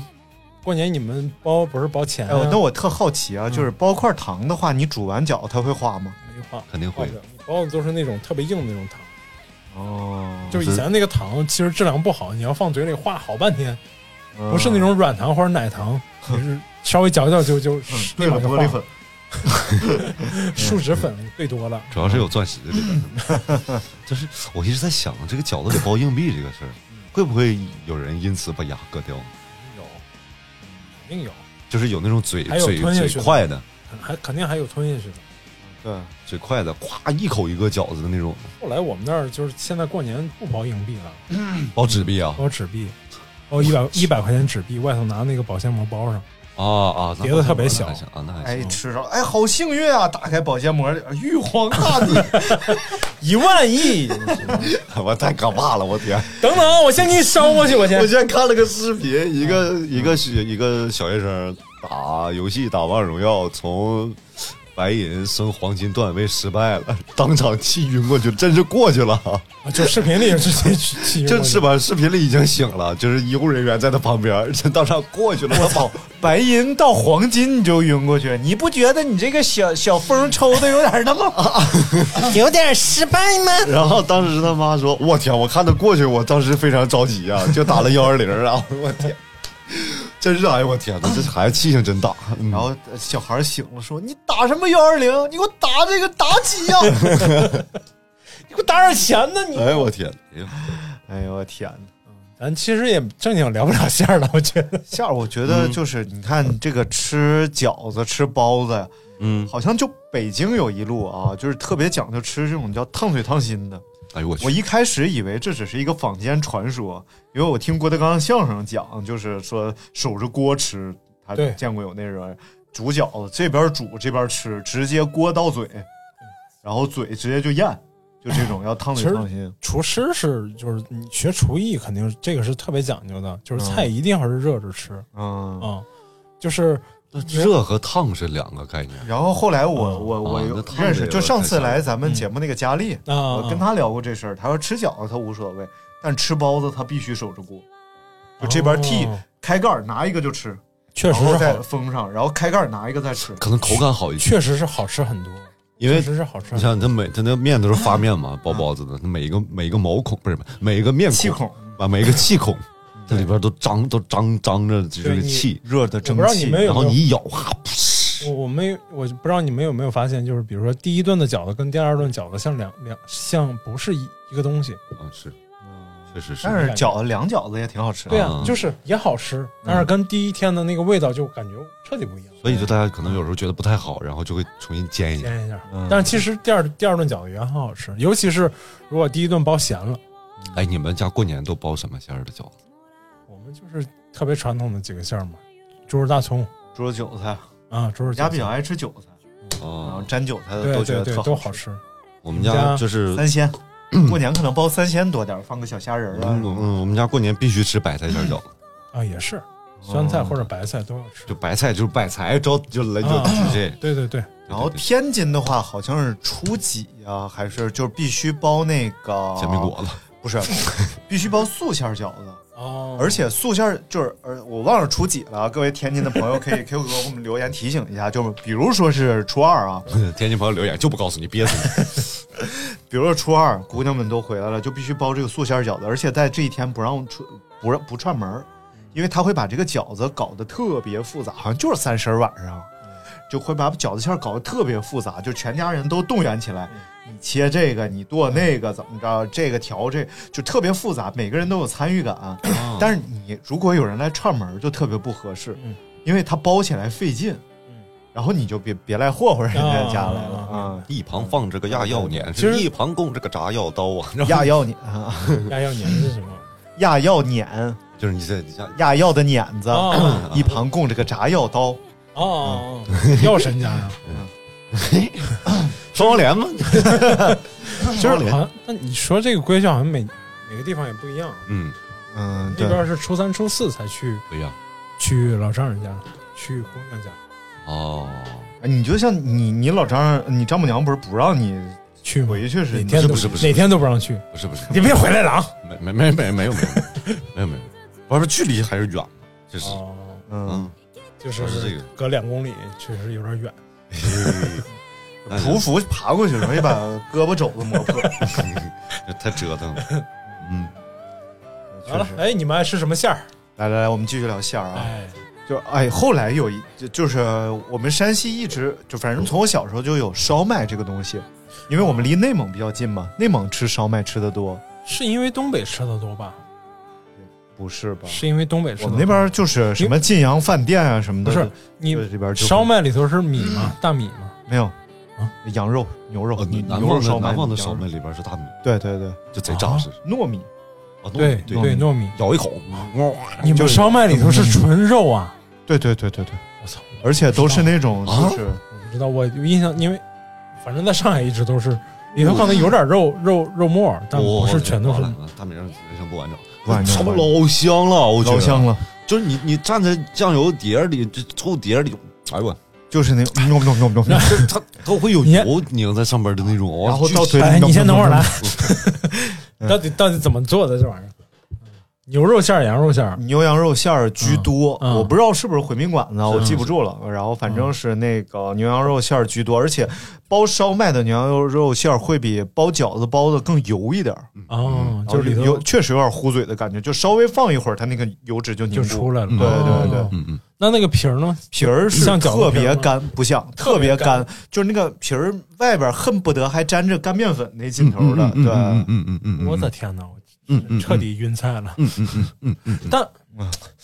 Speaker 3: 过年你们包不是包钱
Speaker 2: 哎，
Speaker 3: 啊
Speaker 2: 我？那我特好奇
Speaker 3: 嗯
Speaker 2: 啊，就是包块糖的话，你煮完饺子它会化吗？
Speaker 3: 没化，
Speaker 4: 肯定
Speaker 3: 化
Speaker 4: 会
Speaker 3: 不了。你包的都是那种特别硬的那种糖，
Speaker 2: 哦，
Speaker 3: 就是以前那个糖其实质量不好，你要放嘴里化好半天，
Speaker 2: 嗯
Speaker 3: 不是那种软糖或者奶糖， 就是稍微嚼一嚼就就
Speaker 2: 嗯
Speaker 3: 立
Speaker 2: 对
Speaker 3: 马
Speaker 2: 了，
Speaker 3: 就
Speaker 2: 玻
Speaker 3: 化
Speaker 2: 璃粉嗯
Speaker 3: 了。树脂粉最多了。
Speaker 4: 主要是有钻石的这 个，就是我一直在想这个饺子里包硬币这个事儿，会不会有人因此把牙割掉？
Speaker 3: 有，肯定有，
Speaker 4: 就是有那种嘴
Speaker 3: 还有
Speaker 4: 嘴
Speaker 3: 吞下
Speaker 4: 嘴
Speaker 3: 去的
Speaker 4: 快的，
Speaker 3: 还肯定还有吞下去的。
Speaker 2: 对，
Speaker 4: 嘴快的，咵一口一个饺子的那种
Speaker 3: 后来我们那儿就是现在过年不包硬币了，
Speaker 4: 包纸币啊
Speaker 3: 包纸币，包一百一百块钱纸币，外头拿那个保鲜膜包上，
Speaker 4: 啊啊！那
Speaker 3: 哦叠得特别小
Speaker 4: 那还行啊，那还
Speaker 2: 哎，
Speaker 4: 行。
Speaker 2: 吃着了，哎，好幸运啊！打开保鲜膜，玉皇大 帝，
Speaker 3: 一万亿。
Speaker 4: 我太可怕了，我 天！
Speaker 3: 等等，我先给你捎过去，我先
Speaker 4: 我。今天看了个视频，一个一个小一个小学生打游戏打王者荣耀，从白银升黄金段位失败了，当场气晕过去，真是过去了。
Speaker 3: 啊就视频里直接去去
Speaker 4: 这是？吧？视频里已经醒了，就是医务人员在他旁边，这当场过去了。我操！
Speaker 2: 白银到黄金你就晕过去，你不觉得你这个小小风抽的有点那 么？
Speaker 3: 有点失败吗？
Speaker 4: 然后当时他妈说：“我天！我看他过去，我当时非常着急啊，就打了幺二零啊！我天，真是哎呦我天哪，这孩子气性真大。嗯
Speaker 2: 然后呃小孩醒了说：“你打什么幺二零？你给我打这个妲己呀
Speaker 3: 你给我打点钱呢你！
Speaker 4: 哎呦我天，哎呦！”
Speaker 2: 哎呦我天哪！
Speaker 3: 咱其实也正经聊不了馅儿了，我觉得。
Speaker 2: 馅儿，我觉
Speaker 4: 嗯
Speaker 2: 得就是你看这个吃饺子、吃包子，
Speaker 4: 嗯，
Speaker 2: 好像就北京有一路啊，就是特别讲究吃这种叫烫嘴烫心的。
Speaker 4: 哎呦我去！
Speaker 2: 我一开始以为这只是一个坊间传说，因为我听郭德纲相声讲，就是说守着锅吃，他
Speaker 3: 对
Speaker 2: 见过有那人煮饺子，这边煮这边吃，直接锅到嘴，然后嘴直接就咽，就这种要烫
Speaker 3: 其
Speaker 2: 嘴
Speaker 3: 实
Speaker 2: 烫心。
Speaker 3: 厨师是就是你学厨艺，肯定是这个是特别讲究的，就是菜一定要是热着吃
Speaker 2: 嗯，
Speaker 3: 啊，就是
Speaker 4: 热和烫是两个概念。
Speaker 2: 然后后来我、我我
Speaker 4: 啊
Speaker 2: 有
Speaker 4: 那烫
Speaker 2: 认
Speaker 4: 这
Speaker 2: 识，
Speaker 4: 个
Speaker 2: 就上次
Speaker 4: 太嗯像
Speaker 2: 来咱们节目那个佳丽，
Speaker 3: 啊，
Speaker 2: 我跟他聊过这事儿，他说吃饺子他无所谓，但吃包子他必须守着锅，就
Speaker 3: 哦
Speaker 2: 这边屉、开盖儿拿一个就吃，
Speaker 3: 确实
Speaker 2: 然后
Speaker 3: 是
Speaker 2: 再
Speaker 3: 好，
Speaker 2: 封上，然后开盖儿拿一个再吃。
Speaker 4: 可能口感好一些，
Speaker 3: 确实是好吃很多，
Speaker 4: 因为
Speaker 3: 确实是好吃
Speaker 4: 你
Speaker 3: 很多。
Speaker 4: 想他每他那面都是发面嘛，
Speaker 2: 嗯
Speaker 4: 包包子的，每一个每一个毛孔不是每一个面
Speaker 2: 气
Speaker 4: 孔
Speaker 2: 孔，
Speaker 4: 啊，每一个气孔，
Speaker 2: 嗯
Speaker 4: 它里边都张都张张着这个气，
Speaker 2: 热的
Speaker 3: 我不知道你们
Speaker 4: 然
Speaker 3: 有
Speaker 4: 后你
Speaker 3: 没
Speaker 4: 一咬哈，噗
Speaker 3: 有，我我没我不知道你们有没有发现，就是比如说第一顿的饺子跟第二顿饺子像两两像不是一一个东西，
Speaker 4: 啊是，确实是
Speaker 2: 但是饺子凉饺子也挺好吃的。
Speaker 3: 对啊
Speaker 4: 嗯，
Speaker 3: 就是也好吃，但是跟第一天的那个味道就感觉彻底不一样。
Speaker 4: 所以就大家可能有时候觉得不太好，然后就会重新煎一下。
Speaker 3: 煎一下
Speaker 2: 嗯，
Speaker 3: 但是其实第二第二顿饺子也很好吃，尤其是如果第一顿包咸了，
Speaker 4: 哎，你们家过年都包什么馅儿的饺子？
Speaker 3: 我们就是特别传统的几个馅儿嘛，猪肉大葱
Speaker 2: 猪肉韭菜，
Speaker 3: 啊，猪肉
Speaker 2: 我
Speaker 3: 饺
Speaker 2: 家
Speaker 3: 子
Speaker 2: 比较爱吃韭菜，然后
Speaker 4: 啊，
Speaker 2: 沾韭菜的
Speaker 3: 对
Speaker 2: 都觉
Speaker 3: 对
Speaker 2: 得
Speaker 3: 对
Speaker 2: 特
Speaker 3: 都
Speaker 2: 好
Speaker 3: 好
Speaker 2: 吃。
Speaker 3: 吃，
Speaker 4: 我们
Speaker 3: 你们
Speaker 4: 家
Speaker 3: 家
Speaker 4: 就是。
Speaker 2: 三 鲜，过年可能包三鲜多点儿，放个小虾仁儿
Speaker 4: 嗯，
Speaker 2: 啊。
Speaker 4: 嗯我们家过年必须吃白菜馅儿饺子，
Speaker 3: 啊也是，酸菜或者白菜都要吃。
Speaker 4: 就白菜就是白菜，哎招就来就
Speaker 2: 嗯
Speaker 3: 啊
Speaker 4: 就这。
Speaker 3: 对对对，
Speaker 2: 然后天津的话，好像是初几啊，还是就是必须包那个
Speaker 4: 煎饼果子，
Speaker 2: 不是， 必须包素馅儿饺子，
Speaker 3: 哦，
Speaker 2: 而且素馅儿就是呃，我忘了初几了，各位天津的朋友可以可以给我们留言提醒一下，就是比如说是初二啊，
Speaker 4: 天津朋友留言就不告诉你，憋死你。
Speaker 2: 比如说初二，姑娘们都回来了，就必须包这个素馅儿饺子，而且在这一天不让出不让不串门儿，因为他会把这个饺子搞得特别复杂，好像就是三十儿晚上，就会把饺子馅儿搞得特别复杂，就全家人都动员起来，你切这个，你剁那个，怎么着，这个调这就特别复杂，每个人都有参与感。啊但是你如果有人来串门儿，就特别不合适，
Speaker 3: 嗯
Speaker 2: 因为他包起来费劲，然后你就别别来霍霍人家家来了
Speaker 3: 啊
Speaker 2: 啊，
Speaker 4: 一旁放着个压药碾，
Speaker 3: 其实
Speaker 4: 一旁供着个炸药刀啊，
Speaker 2: 压药你啊。
Speaker 3: 压药年是什么？
Speaker 2: 压药碾，
Speaker 4: 就是你这你像
Speaker 2: 压药的碾子，
Speaker 3: 哦
Speaker 2: 一旁供着个炸药刀。
Speaker 3: 哦哦，哦药神家呀，
Speaker 4: 双黄连吗？
Speaker 3: 就是好像。那你说这个规矩好像每每个地方也不一样，
Speaker 4: 嗯，
Speaker 2: 嗯，
Speaker 3: 那
Speaker 2: 对，
Speaker 3: 边是初三、初四才去
Speaker 4: 不一样
Speaker 3: 去老丈人家，去姑娘家
Speaker 4: 哦。
Speaker 2: 哎你就像你你老丈人，你丈母娘不是不让你
Speaker 3: 去吗，
Speaker 2: 回去是
Speaker 3: 哪天都
Speaker 4: 不是不是不是
Speaker 3: 哪天都不让去，
Speaker 4: 不是不是，
Speaker 3: 你别回来了啊！
Speaker 4: 没没没没没有没有没有没有，不是距离还是远，就是
Speaker 3: 哦，
Speaker 2: 嗯，
Speaker 4: 嗯，
Speaker 3: 就
Speaker 4: 就是这
Speaker 3: 是
Speaker 4: 个
Speaker 3: 隔两公里，确实有点远。
Speaker 4: 哎
Speaker 2: 匍匐爬过去容易把胳膊肘子磨破。
Speaker 4: 太折腾了。嗯，
Speaker 2: 确
Speaker 3: 完了
Speaker 2: 实，，
Speaker 3: 哎，你们爱吃什么馅儿？
Speaker 2: 来来来，我们继续聊馅儿
Speaker 4: 哦
Speaker 2: 啊。
Speaker 3: 哎，
Speaker 2: 就哎，后来有一就就是我们山西一直就反正从我小时候就有烧麦这个东西，因为我们离内蒙比较近嘛，内蒙吃烧麦吃的多，
Speaker 3: 是因为东北吃的多吧？
Speaker 2: 不是
Speaker 4: 哦
Speaker 2: 吧？
Speaker 3: 是因为东北吃
Speaker 2: 我
Speaker 3: 的
Speaker 2: 们那边就是什么晋阳饭店啊什么的，
Speaker 3: 不是你
Speaker 2: 就这边就会
Speaker 3: 烧麦里头是米吗？
Speaker 4: 嗯
Speaker 3: 大米吗？
Speaker 2: 没有
Speaker 3: 啊，
Speaker 2: 羊肉、牛肉、
Speaker 4: 哦，
Speaker 2: 牛
Speaker 4: 南
Speaker 2: 牛肉
Speaker 4: 方
Speaker 2: 烧
Speaker 4: 的
Speaker 2: 麦、
Speaker 4: 南方的
Speaker 2: 羊
Speaker 4: 烧
Speaker 2: 肉
Speaker 4: 麦，里边是大米，
Speaker 2: 对对对，
Speaker 4: 就贼扎实。
Speaker 2: 糯米
Speaker 4: 啊，
Speaker 3: 对
Speaker 4: 对
Speaker 3: 对，哦糯米。
Speaker 4: 咬一口，
Speaker 3: 你们烧麦里头是纯肉啊？
Speaker 2: 对对对对对，
Speaker 3: 我操！
Speaker 2: 而且都是那种
Speaker 4: 啊
Speaker 2: 就是
Speaker 3: 我不知道，我有印象，因为反正在上海一直都是里头可能有点肉肉肉沫，但不是全都是。
Speaker 4: 大米人生不完
Speaker 2: 完
Speaker 4: 整，
Speaker 2: 整
Speaker 4: 超老香了，我觉
Speaker 2: 老
Speaker 4: 得
Speaker 2: 香，了，
Speaker 4: 就是你你 站在酱油碟里，这醋碟里，哎呦我，
Speaker 2: 就是那种糯 糯糯糯糯，
Speaker 4: 就是它它会有
Speaker 3: 你
Speaker 4: 油凝在上边的那种，哇
Speaker 2: 然后
Speaker 4: 巨
Speaker 2: 到嘴
Speaker 3: 哎，
Speaker 2: 里，
Speaker 3: 你先等会儿来，到底到底怎么做的这玩意儿？牛肉馅儿、羊肉馅儿，
Speaker 2: 牛羊肉馅儿居多，
Speaker 3: 嗯嗯
Speaker 2: 我不知道是不是回民馆子，我
Speaker 3: 是
Speaker 2: 记不住了。然后反正是那个牛羊肉馅儿居多，而且包烧麦的牛羊肉馅儿会比包饺子包的更油一点儿，
Speaker 3: 哦，就是里
Speaker 2: 然后
Speaker 3: 头
Speaker 2: 有确实有点糊嘴的感觉，就稍微放一会儿，它那个油脂就凝
Speaker 3: 就
Speaker 2: 固
Speaker 3: 出来了。
Speaker 2: 对对对。
Speaker 3: 哦
Speaker 4: 嗯嗯，
Speaker 3: 那那个皮儿呢？
Speaker 2: 皮儿是
Speaker 3: 像饺
Speaker 2: 特
Speaker 3: 子皮儿
Speaker 2: 别
Speaker 3: 吗
Speaker 2: 干，不像
Speaker 3: 特
Speaker 2: 特
Speaker 3: 别
Speaker 2: 别
Speaker 3: 干
Speaker 2: 干，就是那个皮儿外边恨不得还沾着干面粉那劲头的，
Speaker 4: 嗯
Speaker 2: 对，
Speaker 4: 嗯嗯嗯，
Speaker 3: 我的天哪，我
Speaker 4: 嗯嗯
Speaker 3: 彻底晕菜了。
Speaker 4: 嗯嗯嗯嗯嗯
Speaker 3: 但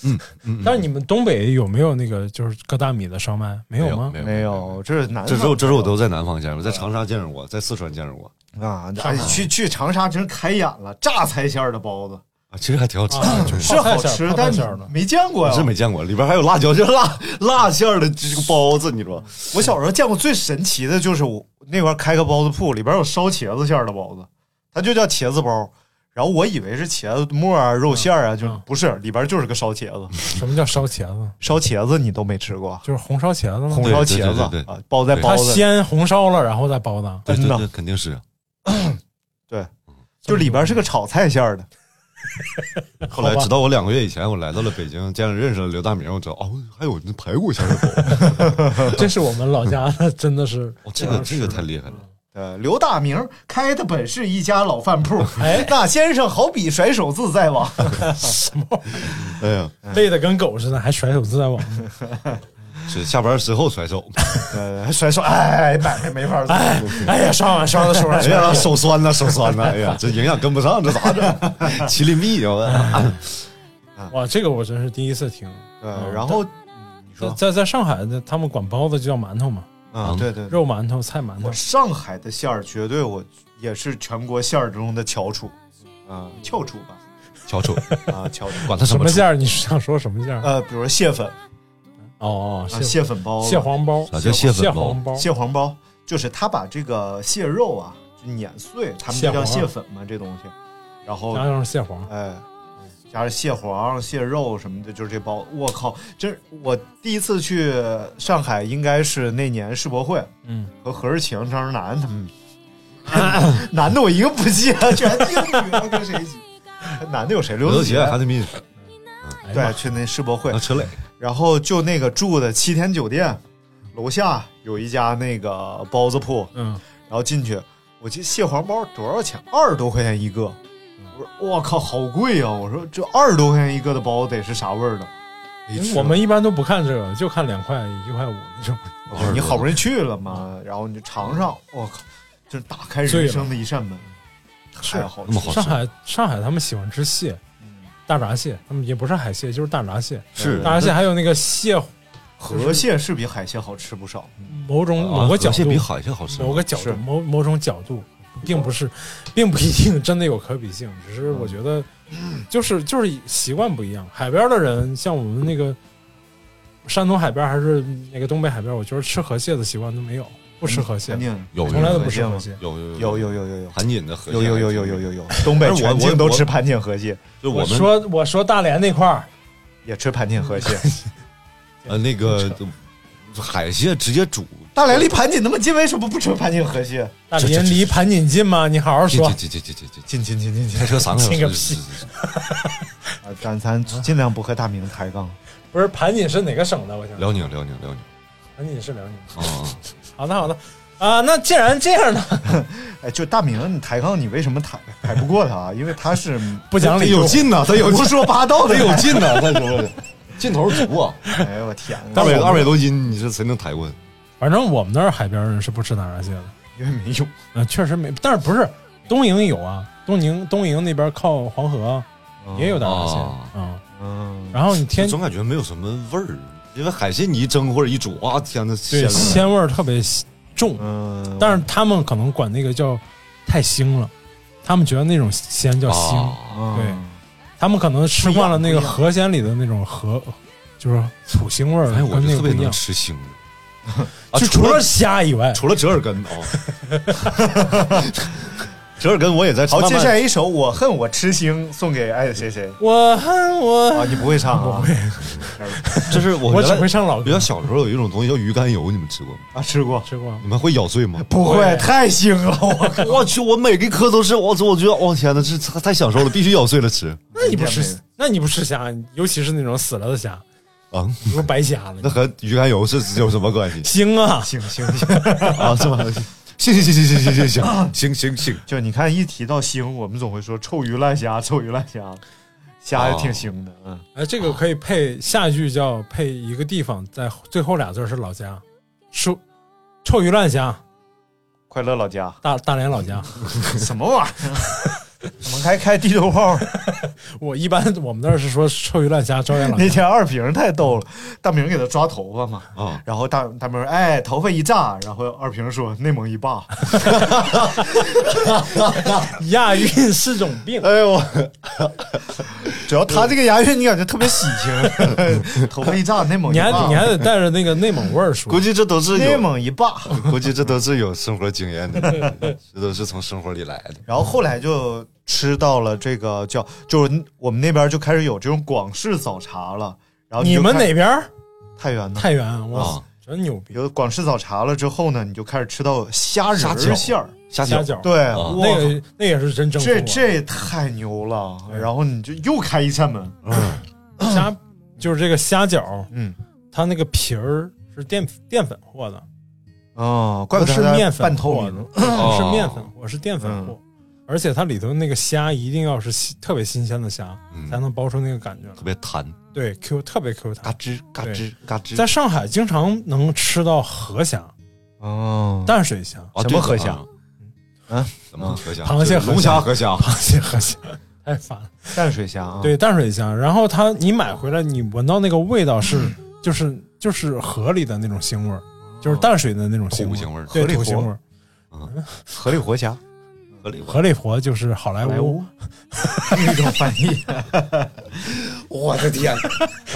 Speaker 4: 嗯嗯，
Speaker 3: 但是你们东北有没有那个就是搁大米的烧麦？没有吗？
Speaker 2: 没有，这是南
Speaker 4: 这
Speaker 2: 方
Speaker 4: 肉这肉都在南方见着，在长沙见着过，在四川见着过
Speaker 2: 啊，哎去去长沙真是开眼了，榨菜馅儿的包子
Speaker 4: 啊，其实还挺好吃，
Speaker 3: 啊，就是泡菜
Speaker 2: 好
Speaker 3: 馅儿
Speaker 2: 吃，
Speaker 3: 泡菜
Speaker 2: 但你
Speaker 3: 馅儿的
Speaker 2: 没见过
Speaker 4: 我是
Speaker 2: 呀。
Speaker 4: 没见过，里边还有辣椒， 就是辣辣馅儿的这个包子，你知道吗？
Speaker 2: 我小时候见过最神奇的就是我那块儿开个包子铺，里边有烧茄子馅儿的包子，它就叫茄子包。然后我以为是茄子末啊、肉馅儿啊，就
Speaker 3: 嗯
Speaker 2: 不是，里边就是个烧茄子。
Speaker 3: 什么叫烧茄子？
Speaker 2: 烧茄子你都没吃过？
Speaker 3: 就是红烧茄子吗？
Speaker 2: 红烧
Speaker 4: 对
Speaker 2: 茄
Speaker 4: 对
Speaker 2: 子
Speaker 4: 对对
Speaker 2: 啊，包在
Speaker 4: 对
Speaker 2: 包
Speaker 3: 它
Speaker 2: 子里。
Speaker 3: 先红烧了，然后再包的。
Speaker 4: 对
Speaker 2: 真
Speaker 4: 对
Speaker 2: 的
Speaker 4: 对，肯定是。
Speaker 2: 就里边是个炒菜馅 儿的，
Speaker 4: 后来直到我两个月以前，我来到了北京，见了认识了刘大明，我知道哦，还有那排骨馅儿的包子，
Speaker 3: 这是我们老家的，真的是
Speaker 4: 哦这个这个太厉害了。
Speaker 2: 呃，刘大明开的本是一家老饭铺，
Speaker 3: 哎
Speaker 2: 那先生好比甩手自在往，
Speaker 4: 哎呀，
Speaker 3: 累的跟狗似的，还甩手自在网。
Speaker 4: 是下班之后甩手，
Speaker 2: 呃，甩手，哎，摆着没法做。
Speaker 3: 哎呀，刷碗刷的手上
Speaker 4: 哎 呀，手酸呐，手酸呐，哎呀，这营养跟不上，这咋整？麒麟臂，我
Speaker 3: 哇，这个我真是第一次听。
Speaker 4: 嗯
Speaker 2: 呃，然 后你
Speaker 3: 在
Speaker 2: 说，
Speaker 3: 在在上海的，他们管包子就叫馒头嘛，
Speaker 2: 啊，对对，对
Speaker 3: 肉馒头、菜馒头
Speaker 2: 我。上海的馅儿绝对我也是全国馅儿中的翘楚，啊，翘楚吧，
Speaker 4: 小丑，
Speaker 2: 啊，翘楚。
Speaker 4: 管他
Speaker 3: 什
Speaker 4: 么
Speaker 3: 么馅儿？你是想说什么馅儿？
Speaker 2: 呃，比如说蟹粉
Speaker 3: 哦哦，
Speaker 2: 啊，
Speaker 3: 蟹
Speaker 2: 蟹粉包子，
Speaker 3: 蟹黄包，
Speaker 4: 啥叫啊蟹粉
Speaker 3: 蟹
Speaker 4: 包
Speaker 3: 黄包？
Speaker 2: 蟹黄包，就是他把这个蟹肉啊就碾碎，他们就叫
Speaker 3: 蟹
Speaker 2: 蟹
Speaker 3: 黄
Speaker 2: 粉嘛，这东西，然后
Speaker 3: 加上蟹黄，
Speaker 2: 哎，加上蟹黄、蟹肉什么的，就是这包。我靠，这我第一次去上海，应该是那年世博会，
Speaker 3: 嗯，
Speaker 2: 和何日晴、张之楠他们， 男的我一个不记得，全记得女的跟谁一起。男的有谁？刘子
Speaker 4: 刘德
Speaker 2: 杰
Speaker 4: 杰、韩德斌、
Speaker 2: 对，去那世博会
Speaker 4: 啊，陈磊，
Speaker 2: 然后就那个住的七天酒店，楼下有一家那个包子铺，
Speaker 3: 嗯，
Speaker 2: 然后进去，我记得蟹黄包多少钱？二十多块钱一个。我说我靠，好贵啊！我说这二十多块钱一个的包得是啥味儿呢？哎
Speaker 4: 你吃
Speaker 3: 我们一般都不看这个，就看两块、一块五那种。
Speaker 2: 我说你好不容易去了嘛，然后你就尝尝，我靠，就是打开人生的一扇门，
Speaker 3: 是
Speaker 2: 太好
Speaker 4: 那
Speaker 2: 吃了。
Speaker 4: 么好吃
Speaker 3: 上海上海他们喜欢吃蟹，大闸蟹，他们也不是海蟹，就是大闸蟹。
Speaker 4: 是
Speaker 3: 大闸蟹还有那个蟹，
Speaker 2: 河蟹是比海蟹好吃不少，
Speaker 3: 某种
Speaker 6: 啊
Speaker 3: 某个角
Speaker 4: 河蟹
Speaker 3: 度，
Speaker 4: 比海蟹好吃吗，
Speaker 3: 某个角
Speaker 2: 是
Speaker 3: 度，某某种角度，并不是，并不一定真的有可比性，只是
Speaker 4: 嗯
Speaker 3: 我觉得，就是就是习惯不一样。海边的人，像我们那个山东海边还是那个东北海边，我觉得吃河蟹的习惯都没有，不
Speaker 4: 嗯
Speaker 3: 吃河蟹
Speaker 4: 啊
Speaker 2: 肯，定
Speaker 4: 有
Speaker 3: 从来都
Speaker 4: 有
Speaker 3: 不吃河
Speaker 2: 河蟹
Speaker 3: 蟹。
Speaker 4: 有有
Speaker 2: 有有有有有
Speaker 4: 韩锦的河蟹
Speaker 2: 有有有有有有有，东北
Speaker 4: 但是我
Speaker 2: 全
Speaker 4: 我
Speaker 2: 境都
Speaker 4: 我
Speaker 2: 吃盘锦河蟹，
Speaker 4: 就我
Speaker 3: 我
Speaker 4: 们
Speaker 3: 说我说大连那块儿，
Speaker 2: 也吃盘锦河 蟹。
Speaker 4: 呃那个海蟹直接煮，
Speaker 2: 大连离盘锦那么近，为什么不吃盘锦河蟹？
Speaker 3: 大
Speaker 4: 这
Speaker 3: 连
Speaker 4: 这
Speaker 3: 离盘锦近吗？你好好
Speaker 4: 这
Speaker 3: 说。
Speaker 4: 这这这这这
Speaker 2: 近近近近近
Speaker 4: 开车三个小
Speaker 3: 这个
Speaker 4: 时，
Speaker 3: 屁
Speaker 2: 啊！咱咱尽量不和大明抬杠。
Speaker 3: 不是盘锦是哪个省的？我想
Speaker 4: 辽宁辽宁辽宁
Speaker 3: 盘锦是辽
Speaker 4: 啊
Speaker 3: 宁。
Speaker 4: 啊，
Speaker 3: 好的好的啊，那既然 这样呢，
Speaker 2: 哎，就大明，你抬杠，你为什么抬抬不过他啊？因为他是
Speaker 3: 不讲理
Speaker 4: 他有劲呐，他有
Speaker 2: 胡说八道
Speaker 4: 他
Speaker 2: 的
Speaker 4: 有
Speaker 2: 人。
Speaker 4: 劲呐，他 有劲头足啊，
Speaker 2: 哎呦我天哪！
Speaker 4: 二百二百多斤，你说谁能抬过？
Speaker 3: 反正我们那儿海边人是不吃大闸蟹的。
Speaker 2: 因为没用。
Speaker 3: 啊，确实没，但是不是东营有啊？东营东营那边靠黄河啊也有大闸蟹
Speaker 4: 哦
Speaker 3: 啊、嗯
Speaker 2: 嗯，
Speaker 3: 然后你天
Speaker 4: 总感觉没有什么味儿，因为海鲜你一蒸或者一煮，哇天呐，
Speaker 3: 对
Speaker 4: 鲜了
Speaker 3: 鲜味儿特别重，
Speaker 2: 嗯，
Speaker 3: 但是他们可能管那个叫太腥了，他们觉得那种鲜叫腥，
Speaker 4: 啊
Speaker 2: 嗯
Speaker 3: 对他们可能吃惯了那个
Speaker 2: 不一样
Speaker 3: 河鲜里的那种河，就是土腥味儿
Speaker 4: 哎，我
Speaker 3: 跟
Speaker 4: 就
Speaker 3: 那
Speaker 4: 特别
Speaker 3: 个不一
Speaker 4: 能
Speaker 3: 样。
Speaker 4: 吃腥的，啊
Speaker 3: 就除了虾以外，
Speaker 4: 除了折耳根啊， 折耳根我也在吃
Speaker 2: 好，
Speaker 4: 慢
Speaker 2: 接
Speaker 4: 慢
Speaker 2: 下来一首《我恨我痴心》送给爱谁谁
Speaker 3: 我恨
Speaker 2: 啊！
Speaker 3: 我
Speaker 2: 你 不会唱啊？
Speaker 4: 这是我
Speaker 3: 我
Speaker 4: 原
Speaker 3: 只
Speaker 4: 来
Speaker 3: 会唱老
Speaker 4: 比较
Speaker 3: 歌，
Speaker 4: 小时候有一种东西叫鱼肝油，你们吃 过吗？
Speaker 2: 啊，吃过。
Speaker 3: 吃过
Speaker 4: 你们会咬碎吗？
Speaker 2: 不会，太腥 了！我
Speaker 4: 我去，我每个颗都是，我我觉得，我天哪，这太太享受了，必须咬碎了吃。
Speaker 3: 那你不
Speaker 2: 一点没
Speaker 3: 吃，那你不吃虾，尤其是那种死了的虾，
Speaker 4: 啊，
Speaker 3: 你不是白瞎 了
Speaker 4: 那和鱼肝油是有什么关系
Speaker 3: 腥啊！
Speaker 2: 腥腥腥！
Speaker 4: 啊？是吗？行行行行行行行行行行，
Speaker 2: 就你看，一提到腥，我们总会说臭鱼烂虾，臭鱼烂虾，虾也挺腥的。嗯，
Speaker 3: 哎，这个可以配下一句叫配一个地方，在最后俩字儿是老家，臭臭鱼烂虾，
Speaker 2: 快乐老家。
Speaker 3: 大大连老家。
Speaker 2: 什么玩意儿？怎么还开地球炮？
Speaker 3: 我一般我们那儿是说臭鱼烂虾，朝阳老
Speaker 2: 那
Speaker 3: 家。
Speaker 2: 天二平太逗了，大明给他抓头发嘛，
Speaker 4: 啊
Speaker 2: 然后大大明说：“哎，头发一炸。”然后二平说：“内蒙一霸。
Speaker 3: 亚运是种病，
Speaker 4: 哎呦，
Speaker 2: 主要他这个押韵，你感觉特别喜 庆，头发一炸，内蒙一
Speaker 3: 你还
Speaker 2: 霸，
Speaker 3: 你还得带着那个内蒙味儿说
Speaker 4: 估。计这都是
Speaker 2: 内
Speaker 4: 有，
Speaker 2: 蒙一霸。
Speaker 4: 估计这都是有生活经验的，这都是从生活里来的。
Speaker 2: 然后后来就吃到了这个叫，就是我们那边就开始有这种广式早茶了。然后
Speaker 3: 你
Speaker 2: 就
Speaker 3: 们
Speaker 2: 看
Speaker 3: 哪边儿？
Speaker 2: 太原呢？
Speaker 3: 太原，我
Speaker 4: 啊
Speaker 3: 真牛逼！
Speaker 2: 有广式早茶了之后呢，你就开始吃到嗯虾仁儿馅儿，
Speaker 4: 虾
Speaker 3: 虾
Speaker 4: 饺
Speaker 3: 饺，
Speaker 2: 对，
Speaker 4: 啊
Speaker 2: 哇
Speaker 3: 那个那也是真正
Speaker 2: 这这也哎太牛了！然后你就又开一扇门，
Speaker 3: 虾就是这个虾饺，
Speaker 2: 嗯，
Speaker 3: 它那个皮儿是淀淀粉和的，
Speaker 2: 哦，怪
Speaker 3: 不
Speaker 2: 不得
Speaker 3: 是
Speaker 2: 它
Speaker 3: 面粉
Speaker 2: 半透
Speaker 3: 货的
Speaker 2: 明，嗯
Speaker 3: 不是
Speaker 4: 哦
Speaker 3: 面粉货，是淀粉货，而且它里头那个虾一定要是新特别新鲜的虾，
Speaker 4: 嗯
Speaker 3: 才能包出那个感觉来
Speaker 4: 特。别弹，
Speaker 3: 对，Q 特别 Q
Speaker 4: 嘎
Speaker 3: 弹。
Speaker 4: 吱嘎吱嘎吱。
Speaker 3: 在上海经常能吃到河虾、
Speaker 2: 哦，
Speaker 3: 淡水虾、
Speaker 2: 什
Speaker 4: 啊
Speaker 2: 么
Speaker 4: 对
Speaker 2: 河虾
Speaker 4: 啊
Speaker 2: 嗯
Speaker 4: 什么河虾？
Speaker 3: 螃蟹河虾
Speaker 4: 龙虾河虾。
Speaker 3: 螃蟹、河虾， 太烦了。
Speaker 2: 淡水虾啊，
Speaker 3: 对，淡水虾，然后它你买回来，你闻到那个味道是，就是就是河里的那种腥味儿，就是淡水的那种腥
Speaker 4: 土腥
Speaker 3: 味
Speaker 4: 味儿
Speaker 3: 对，
Speaker 2: 河里
Speaker 3: 土
Speaker 2: 活
Speaker 3: 腥味儿。
Speaker 2: 河里活虾，
Speaker 4: 合 理吧
Speaker 3: 河里活就是好莱
Speaker 2: 莱
Speaker 3: 坞
Speaker 2: 坞。一种翻译。
Speaker 4: 我的天，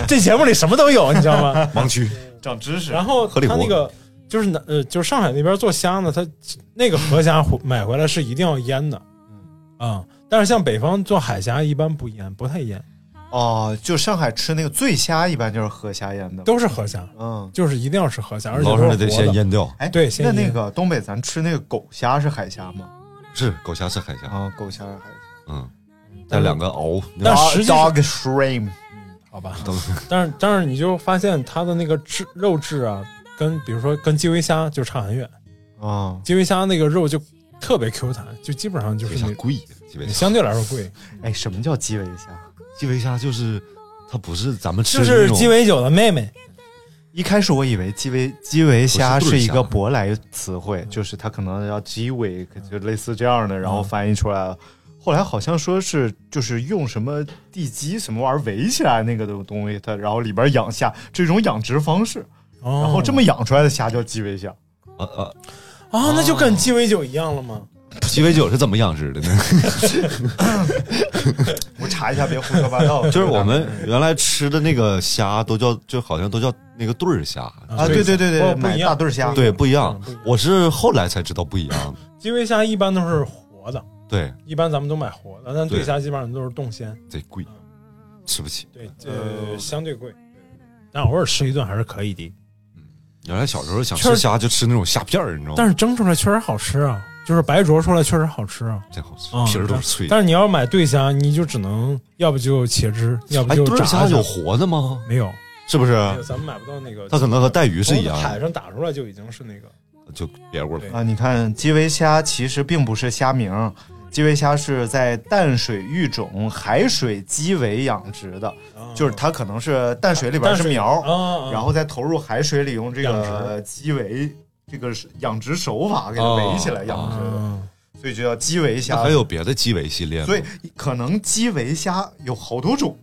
Speaker 3: 这节目里什么都有，你知道 吗？
Speaker 4: 盲区
Speaker 2: 长知识，
Speaker 3: 然后
Speaker 4: 合理
Speaker 3: 他
Speaker 4: 活
Speaker 3: 那个就是南呃，就是上海那边做虾呢，他那个河虾回买回来是一定要腌的，啊、但是像北方做海虾一般不腌，不太腌，
Speaker 4: 哦，就上海吃那个醉虾，一般就是河虾腌的。
Speaker 3: 都是河虾，
Speaker 4: 嗯，
Speaker 3: 就是一定要吃河虾，而且
Speaker 6: 捞上
Speaker 3: 都
Speaker 6: 来
Speaker 3: 是
Speaker 6: 得
Speaker 3: 活
Speaker 6: 先
Speaker 3: 的。
Speaker 6: 腌掉，
Speaker 4: 哎，
Speaker 3: 对先
Speaker 4: 那那
Speaker 3: 腌
Speaker 4: 个东北咱吃那个狗虾是海虾吗？
Speaker 6: 是狗虾是海虾，
Speaker 4: 啊，狗虾是海虾。
Speaker 6: 嗯，带两个熬，
Speaker 3: 但实际上
Speaker 4: dog shrimp
Speaker 3: 好吧，
Speaker 6: 都是
Speaker 3: 但是但是你就发现它的那个质肉质啊，跟比如说跟基围虾就差很远，
Speaker 2: 嗯
Speaker 4: 啊，
Speaker 3: 基围虾那个肉就特别 Q 弹，就基本上就是
Speaker 6: 为啥
Speaker 3: 你
Speaker 6: 贵？基本
Speaker 3: 你
Speaker 6: 上
Speaker 3: 相对来说贵，
Speaker 4: 哎，什么叫基围虾？
Speaker 6: 基围虾就是它不是咱们吃
Speaker 3: 就
Speaker 6: 的那
Speaker 3: 是
Speaker 6: 种
Speaker 3: 鸡尾酒的妹妹。
Speaker 4: 一开始我以为基围基围虾
Speaker 6: 不是
Speaker 4: 是
Speaker 6: 炖
Speaker 4: 一
Speaker 6: 虾嗯
Speaker 4: 个舶来词汇，就是它可能要基围，就类似这样的，然后翻译出来了。后来好像说是就是用什么地基什么玩意儿围起来那个的东西，它然后里边养虾，这种养殖方式，
Speaker 3: 哦，
Speaker 4: 然后这么养出来的虾叫基围虾。
Speaker 6: 啊
Speaker 4: 呃
Speaker 6: 啊，
Speaker 3: 啊，那就跟鸡尾酒一样了吗？
Speaker 6: 鸡尾酒是怎么养殖的呢？
Speaker 4: 我查一下，别胡说八 道。
Speaker 6: 就是我们原来吃的那个虾都叫，就好像都叫那个对儿虾，
Speaker 4: 啊，对对对对，
Speaker 3: 不不
Speaker 4: 买
Speaker 3: 一
Speaker 4: 大
Speaker 3: 样
Speaker 4: 对儿虾，
Speaker 6: 对，不一样
Speaker 3: 嗯不一样。
Speaker 6: 我是后来才知道不一样的，
Speaker 3: 基围虾一般都是活的，
Speaker 6: 对，
Speaker 3: 一般咱们都买活的，但
Speaker 6: 对
Speaker 3: 对虾基本上都是冻鲜，
Speaker 6: 贼贵，吃不起。
Speaker 3: 对，呃，相对贵，但偶尔吃一顿还是可以的。
Speaker 6: 原来小时候想
Speaker 3: 确
Speaker 6: 吃
Speaker 3: 实
Speaker 6: 虾就吃那种虾片儿，你知道吗
Speaker 3: 但？是蒸出来确实好吃啊，就是白灼出来确实好吃啊。
Speaker 6: 真好吃
Speaker 3: 啊，
Speaker 6: 皮儿都是脆的。
Speaker 3: 但是你要买对虾，你就只能要不就茄汁，要不
Speaker 6: 哎，
Speaker 3: 就
Speaker 6: 对儿
Speaker 3: 炸
Speaker 6: 虾
Speaker 3: 虾
Speaker 6: 有活的吗？
Speaker 3: 没有？
Speaker 6: 是不是？
Speaker 3: 没有，咱们买不到那个。
Speaker 6: 它可能和带鱼是一样
Speaker 3: 从海
Speaker 6: 的，
Speaker 3: 上打出来就已经是那个。
Speaker 6: 就别过了。
Speaker 4: 啊，你看基围虾其实并不是虾名，基围虾是在哎淡水育种海水基围养殖的，就是它可能是哦淡水里哦边
Speaker 3: 但
Speaker 4: 是苗，
Speaker 3: 啊，啊
Speaker 4: 然后再投入海水里用这
Speaker 3: 养
Speaker 4: 个基围这个是养殖手法给它围起来养殖的，
Speaker 3: 啊
Speaker 4: 所以就叫基围虾
Speaker 6: 那。还有别的基围系列吗？
Speaker 4: 所以可能基围虾有好多种。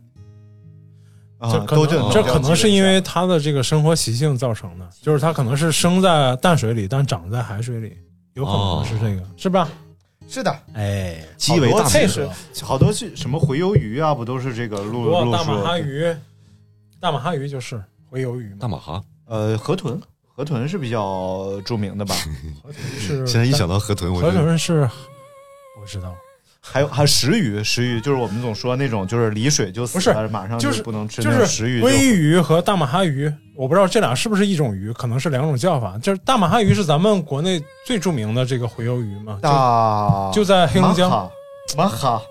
Speaker 4: 啊
Speaker 3: 嗯这，可
Speaker 4: 都
Speaker 3: 能
Speaker 4: 叫
Speaker 3: 这
Speaker 4: 都叫
Speaker 3: 可能是
Speaker 4: 基围
Speaker 3: 因
Speaker 4: 虾
Speaker 3: 为它的这个生活习性造成的，就是它可能是生在淡水里，但长在海水里，有可能是这个，是吧？
Speaker 4: 是的，
Speaker 3: 哦哎，
Speaker 6: 基围
Speaker 4: 好
Speaker 6: 大
Speaker 4: 多
Speaker 3: 配
Speaker 6: 米
Speaker 3: 合
Speaker 4: 好多是什么回游鱼啊，不都是这个路
Speaker 3: 不过
Speaker 4: 路
Speaker 3: 大
Speaker 4: 说
Speaker 3: 马哈
Speaker 4: 的
Speaker 3: 鱼，大马哈鱼就是回游鱼
Speaker 6: 大
Speaker 3: 嘛，
Speaker 6: 马哈，
Speaker 4: 呃，河豚，河豚是比较著名的吧？
Speaker 3: 河豚是
Speaker 6: 现在一想到河豚，我
Speaker 3: 河
Speaker 6: 就
Speaker 3: 豚是不知道，
Speaker 4: 还有还有石鱼，石鱼就是我们总说那种就是离水就死
Speaker 3: 不
Speaker 4: 了，马上
Speaker 3: 就是
Speaker 4: 不能吃
Speaker 3: 就
Speaker 4: 那种
Speaker 3: 是
Speaker 4: 石鱼就
Speaker 3: 鲑鱼和大马哈鱼，我不知道这俩是不是一种鱼，可能是两种叫法。就是大马哈鱼是咱们国内最著名的这个洄游鱼嘛，就
Speaker 4: 大
Speaker 3: 就在黑龙江，
Speaker 4: 马哈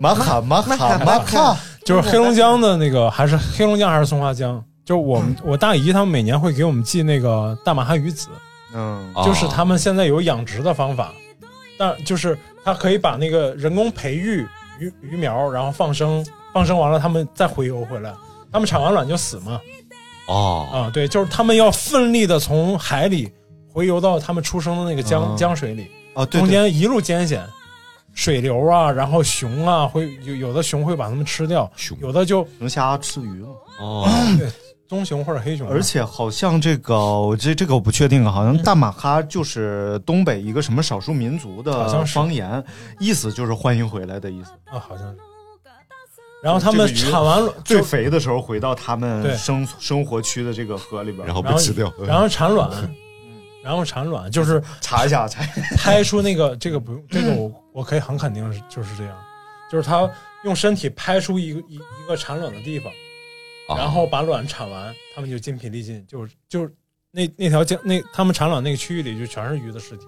Speaker 4: 马哈马哈马哈，
Speaker 3: 就是黑龙江的那个，还是黑龙江还是松花江？就是我们我大姨他们每年会给我们寄那个大马哈鱼籽，
Speaker 4: 嗯，
Speaker 6: 啊
Speaker 3: 就是他们现在有养殖的方法，但就是他可以把那个人工培育鱼鱼苗，然后放生，放生完了他们再回游回来，他们产完卵就死嘛。
Speaker 6: 啊，
Speaker 3: 啊，对，就是他们要奋力的从海里回游到他们出生的那个江、
Speaker 4: 啊
Speaker 3: 江水里，
Speaker 4: 哦，对
Speaker 3: 中
Speaker 4: 对，
Speaker 3: 间一路艰险，水流啊，然后熊啊，会有有的熊会把它们吃掉，
Speaker 6: 熊
Speaker 3: 有的就
Speaker 4: 龙虾吃鱼嘛。
Speaker 6: 哦，
Speaker 3: 棕熊或者黑熊啊，
Speaker 4: 而且好像这个，我这这个我不确定啊，好像大马哈就是东北一个什么少数民族
Speaker 3: 好
Speaker 4: 的
Speaker 3: 像是
Speaker 4: 方言，意思就是欢迎回来的意思。
Speaker 3: 啊，好像是。然后他们
Speaker 4: 这个鱼
Speaker 3: 产完卵，
Speaker 4: 最肥的时候回到他们
Speaker 3: 对
Speaker 4: 生生活区的这个河里边，
Speaker 6: 然后被
Speaker 3: 然后
Speaker 6: 吃掉，
Speaker 3: 然后产卵，
Speaker 4: 嗯
Speaker 3: 然后产卵就是
Speaker 4: 查一 下，查一下
Speaker 3: 拍出那 个这个不用，这个我我可以很肯定是就是这样，就是他用身体拍出一个一一个产卵的地方。
Speaker 6: 啊
Speaker 3: 然后把卵产完，他们就筋疲力尽，就就那那条江那他们产卵那个区域里就全是鱼的尸体，